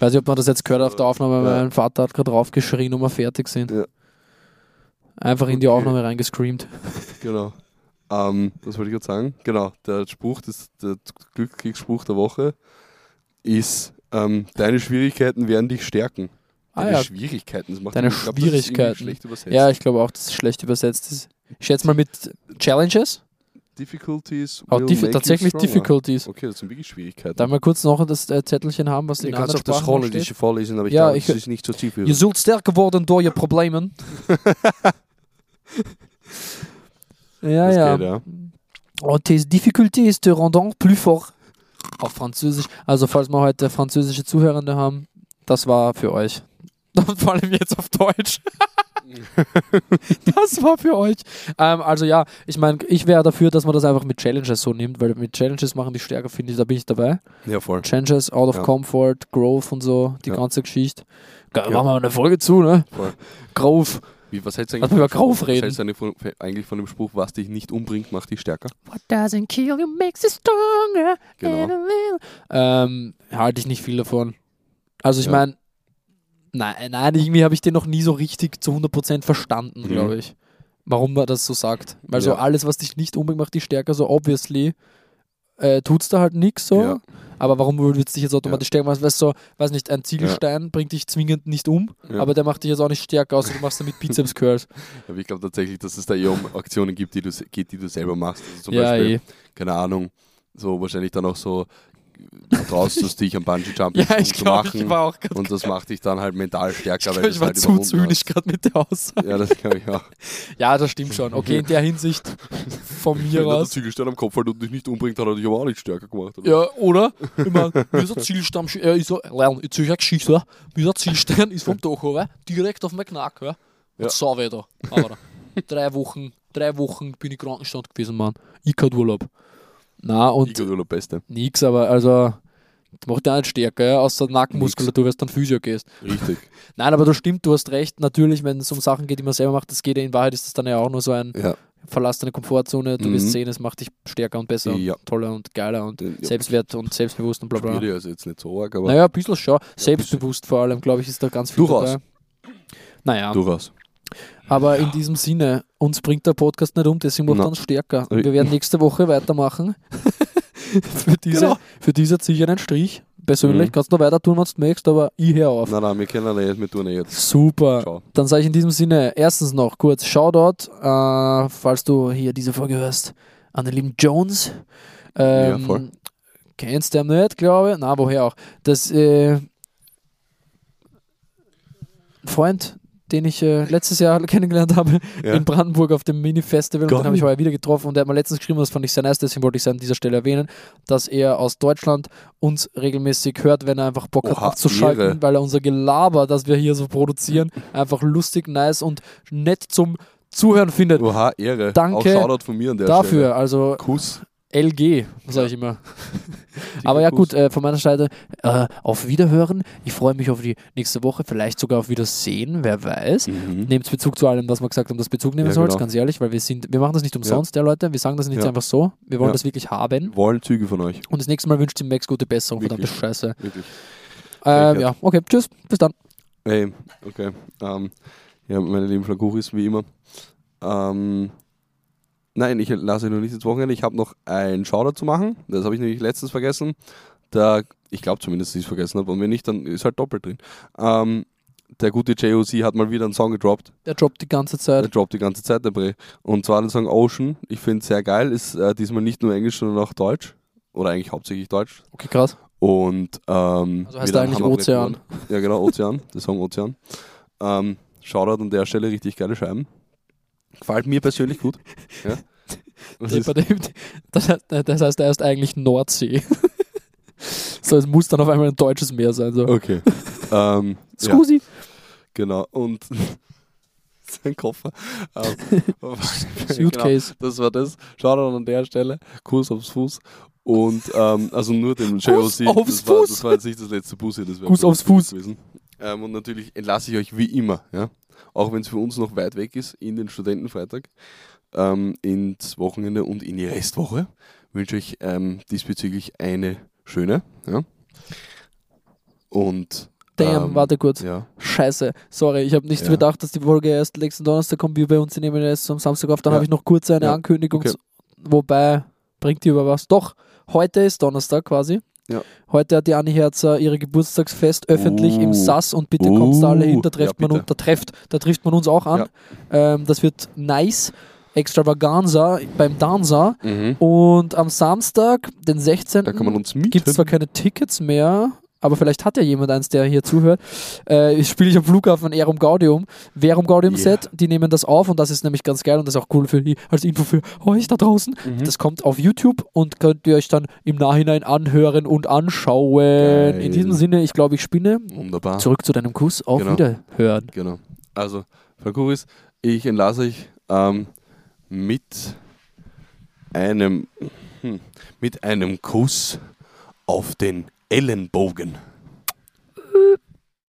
Weiß nicht, ob man das jetzt gehört hat auf der Aufnahme, weil Ja. mein Vater hat gerade raufgeschrien und wir fertig sind. Ja. Einfach in die Okay. Aufnahme reingescreamt. Genau. Ähm, was wollte ich gerade sagen? Genau, der Spruch, des, der Glückskeks-Spruch der Woche ist, ähm, deine Schwierigkeiten werden dich stärken. Ah, deine ja. Schwierigkeiten, das macht Deine ich glaub, das ist irgendwie Schwierigkeiten. schlecht übersetzt. Ja, ich glaube auch, dass es schlecht übersetzt ist. Ich schätze mal mit Challenges. Difficulties Auch will dif make you tatsächlich stronger. Difficulties. Okay, das sind wirklich Schwierigkeiten. Da mal kurz noch das äh, Zettelchen haben, was in Ich kann es anderen auf der Sprachen noch Schrolle, steht. die ich vorlesen, aber ich Ja, glaube, ich- das ist nicht so Je zielführend. zult sterker worden door je [LAUGHS] problemen. ja, Das ja. geht, ja. Oh, tes difficultés te rendant plus fort. auf Französisch. Also falls wir heute französische Zuhörende haben, das war für euch. [LAUGHS] Und vor allem jetzt auf Deutsch. [LAUGHS] das war für euch. Ähm, also ja, ich meine, ich wäre dafür, dass man das einfach mit Challenges so nimmt, weil mit Challenges machen die stärker, finde ich, da bin ich dabei. Ja, voll. Challenges, Out of Ja. Comfort, Growth und so, die Ja. ganze Geschichte. Geil, machen wir eine Folge zu, ne? Voll. Growth. Wie, was hältst du Lass eigentlich, mal Also über von dem Kauf Spruch? reden. Was hältst du eigentlich von, eigentlich von dem Spruch, was dich nicht umbringt, macht dich stärker? What doesn't kill you makes you stronger. Genau. and a little- Ähm, halte ich nicht viel davon. Also ich Ja. meine, nein, nein, irgendwie habe ich den noch nie so richtig zu 100% verstanden, Mhm. glaube ich. Warum man das so sagt. Weil so Ja. alles, was dich nicht unbedingt macht, dich stärker, so obviously äh, tut's da halt nichts so. Ja. Aber warum würde es dich jetzt automatisch stärker machen? Weißt du, so, weiß nicht, ein Ziegelstein bringt dich zwingend nicht um, Ja. aber der macht dich jetzt auch nicht stärker, außer du machst damit Bizeps Curls. Aber ich glaube tatsächlich, dass es da eher um Aktionen gibt, die du, se- geht, die du selber machst. Also [LAUGHS] zum Ja, Beispiel, eh. keine Ahnung, so wahrscheinlich dann auch so, du traust es dich am Bungee-Jumping [LAUGHS] Ja, ich zu glaube, ich machen. war auch gerade. und das macht dich dann halt mental Ich, stärker, glaub, weil du ich es war halt zu überwunden zynisch gerade mit der Aussage. hast. Ja, das glaube [LAUGHS] ich auch. Ja, das stimmt [LAUGHS] schon. Okay, in der Hinsicht von mir Wenn der aus. Ziegelstein am Kopf halt und dich nicht umbringt, hat er dich aber auch nicht stärker gemacht. Oder? Ja, oder? Ich meine, dieser Zielstamm, er ist so, lern, ich zeige Geschichte, oder? dieser Zielstein ist vom Dach, oder? direkt auf meinen Knack, oder? Ja. Und sau wieder. Aber drei Wochen, drei Wochen bin ich Krankenstand gewesen, Mann. Ich kein Urlaub. Na Ich und glaube, der Beste. nix, aber also, das macht ja nicht stärker, ja? außer Nackenmuskulatur, weil du dann Physio gehst. Richtig. Nein, aber das stimmt, du hast recht. Natürlich, wenn es um Sachen geht, die man selber macht, das geht ja in Wahrheit, ist das dann [LAUGHS] ja auch nur so ein Ja. verlass deine Komfortzone, du Mhm. wirst sehen, es macht dich stärker und besser Ja. und toller und geiler und Ja. Selbstwert und selbstbewusst und bla bla. Würde also jetzt nicht so arg, aber Naja, ein bisschen schon. Selbstbewusst vor allem, glaube ich, ist da ganz viel Durchaus. dabei. Naja, durchaus. aber in diesem Sinne, uns bringt der Podcast nicht um, deswegen macht Na. er uns stärker. Und wir werden nächste Woche weitermachen. [LAUGHS] für, diese, Genau. für diese ziehe ich einen Strich. Persönlich Mhm. kannst du noch weiter tun, was du möchtest, aber ich höre auf. Nein, nein, wir kennen alle jetzt, wir tun eh jetzt. Super. Ciao. Dann sage ich in diesem Sinne erstens noch kurz Shoutout, äh, falls du hier diese Folge hörst, an den lieben Jones. Ähm, Ja, voll. Kennst du ihn nicht, glaube ich. Na, woher auch. Das äh, Freund, den ich äh, letztes Jahr [LAUGHS] kennengelernt habe Ja. in Brandenburg auf dem Mini-Festival, und Geil. den habe ich heuer wieder getroffen und der hat mir letztens geschrieben, das fand ich sehr nice, deswegen wollte ich es an dieser Stelle erwähnen, dass er aus Deutschland uns regelmäßig hört, wenn er einfach Bock hat Oha, abzuschalten, irre. weil er unser Gelaber, das wir hier so [LAUGHS] produzieren, einfach lustig, nice und nett zum Zuhören findet. Oha, Ehre. Danke Auch Shoutout von mir an der Dafür, Stelle. also Kuss. LG, sage ich immer. Aber ja Kuss. gut, äh, von meiner Seite äh, auf Wiederhören. Ich freue mich auf die nächste Woche, vielleicht sogar auf Wiedersehen, wer weiß. Mhm. Nehmt Bezug zu allem, was wir gesagt haben, dass Bezug nehmen Ja, sollst, genau. ganz ehrlich, weil wir sind, wir machen das nicht umsonst, ja, Leute. Wir sagen das nicht Ja. einfach so. Wir wollen Ja. das wirklich haben. Wollen Züge von euch. Und das nächste Mal wünscht ihr Max gute Besserung, verdammte Wirklich. Scheiße. Wirklich. Ähm, Gleichheit. ja, okay, tschüss, bis dann. Ey, okay. Ähm, ja, meine lieben Flakuris, wie immer. Ähm, nein, ich lasse euch noch nicht ins Wochenende. Ich habe noch einen Shoutout zu machen. Das habe ich nämlich letztens vergessen. Da, ich glaube zumindest, dass ich es vergessen habe. Und wenn nicht, dann ist halt doppelt drin. Ähm, der gute JOC hat mal wieder einen Song gedroppt. Der droppt die ganze Der Zeit. Äh, droppt die ganze Zeit, der Bre. Und zwar den Song Ocean. Ich finde sehr geil. Ist äh, diesmal nicht nur Englisch, sondern auch Deutsch. Oder eigentlich hauptsächlich Deutsch. Okay, krass. Und ähm, Also heißt wieder er eigentlich ein Hammerbrett Ozean. geworden. Ja, [LAUGHS] genau, Ozean, der Song Ozean. Ähm, Shoutout an der Stelle, richtig geile Scheiben. Gefällt mir persönlich gut. [LAUGHS] Ja. Das ist, Bei dem- Das heißt, das heißt, er ist eigentlich Nordsee. [LAUGHS] so, es muss dann auf einmal ein deutsches Meer sein. So. [LAUGHS] okay. ähm, ja, Scusi. genau. [LAUGHS] Und sein Koffer. Ähm, [LAUGHS] genau, Suitcase. das war das. Shoutout an der Stelle. Kuss aufs Fuß. Und ähm, also nur dem Kuss JOC. aufs das, war, Fuß. das war jetzt nicht das letzte Bussi, das wäre Kuss aufs blöd Fuß. gewesen. Ähm, und natürlich entlasse ich euch wie immer, ja. Auch wenn es für uns noch weit weg ist, in den Studentenfreitag, ähm, ins Wochenende und in die Restwoche. Wünsche euch ähm, diesbezüglich eine schöne, ja. Und Damn, ähm, warte kurz. ja. Scheiße, sorry, ich habe nicht Ja. bedacht, dass die Folge erst nächsten Donnerstag kommt. Wir bei uns die nehmen erst am Samstag auf. Dann Ja. habe ich noch kurz eine Ja. Ankündigung. Okay. Wobei, bringt die über was? Doch, heute ist Donnerstag quasi. Ja. Heute hat die Anni Herzer ihre Geburtstagsfest öffentlich im Uh. SAS und bitte kommt da alle hin, da Uh. trifft man Ja, bitte. uns, da trifft, da trifft man uns auch an. Ähm, das wird nice. Extravaganza beim Danza. Mhm. Und am Samstag, den 16. Ähm, Da kann man uns mieten. gibt es zwar keine Tickets mehr, aber vielleicht hat ja jemand eins, der hier zuhört. Äh, ich spiele ich am Flughafen Erum Gaudium, Verum Gaudium Yeah. Set, die nehmen das auf und das ist nämlich ganz geil und das ist auch cool für die, als Info für euch da draußen. Mhm. Das kommt auf YouTube und könnt ihr euch dann im Nachhinein anhören und anschauen. Geil. In diesem Sinne, ich glaube, ich spinne. Wunderbar. Zurück zu deinem Kuss, auf Genau. Wiederhören. Genau. Also, Frau Kuris, ich entlasse euch ähm, mit einem hm, mit einem Kuss auf den Ellenbogen.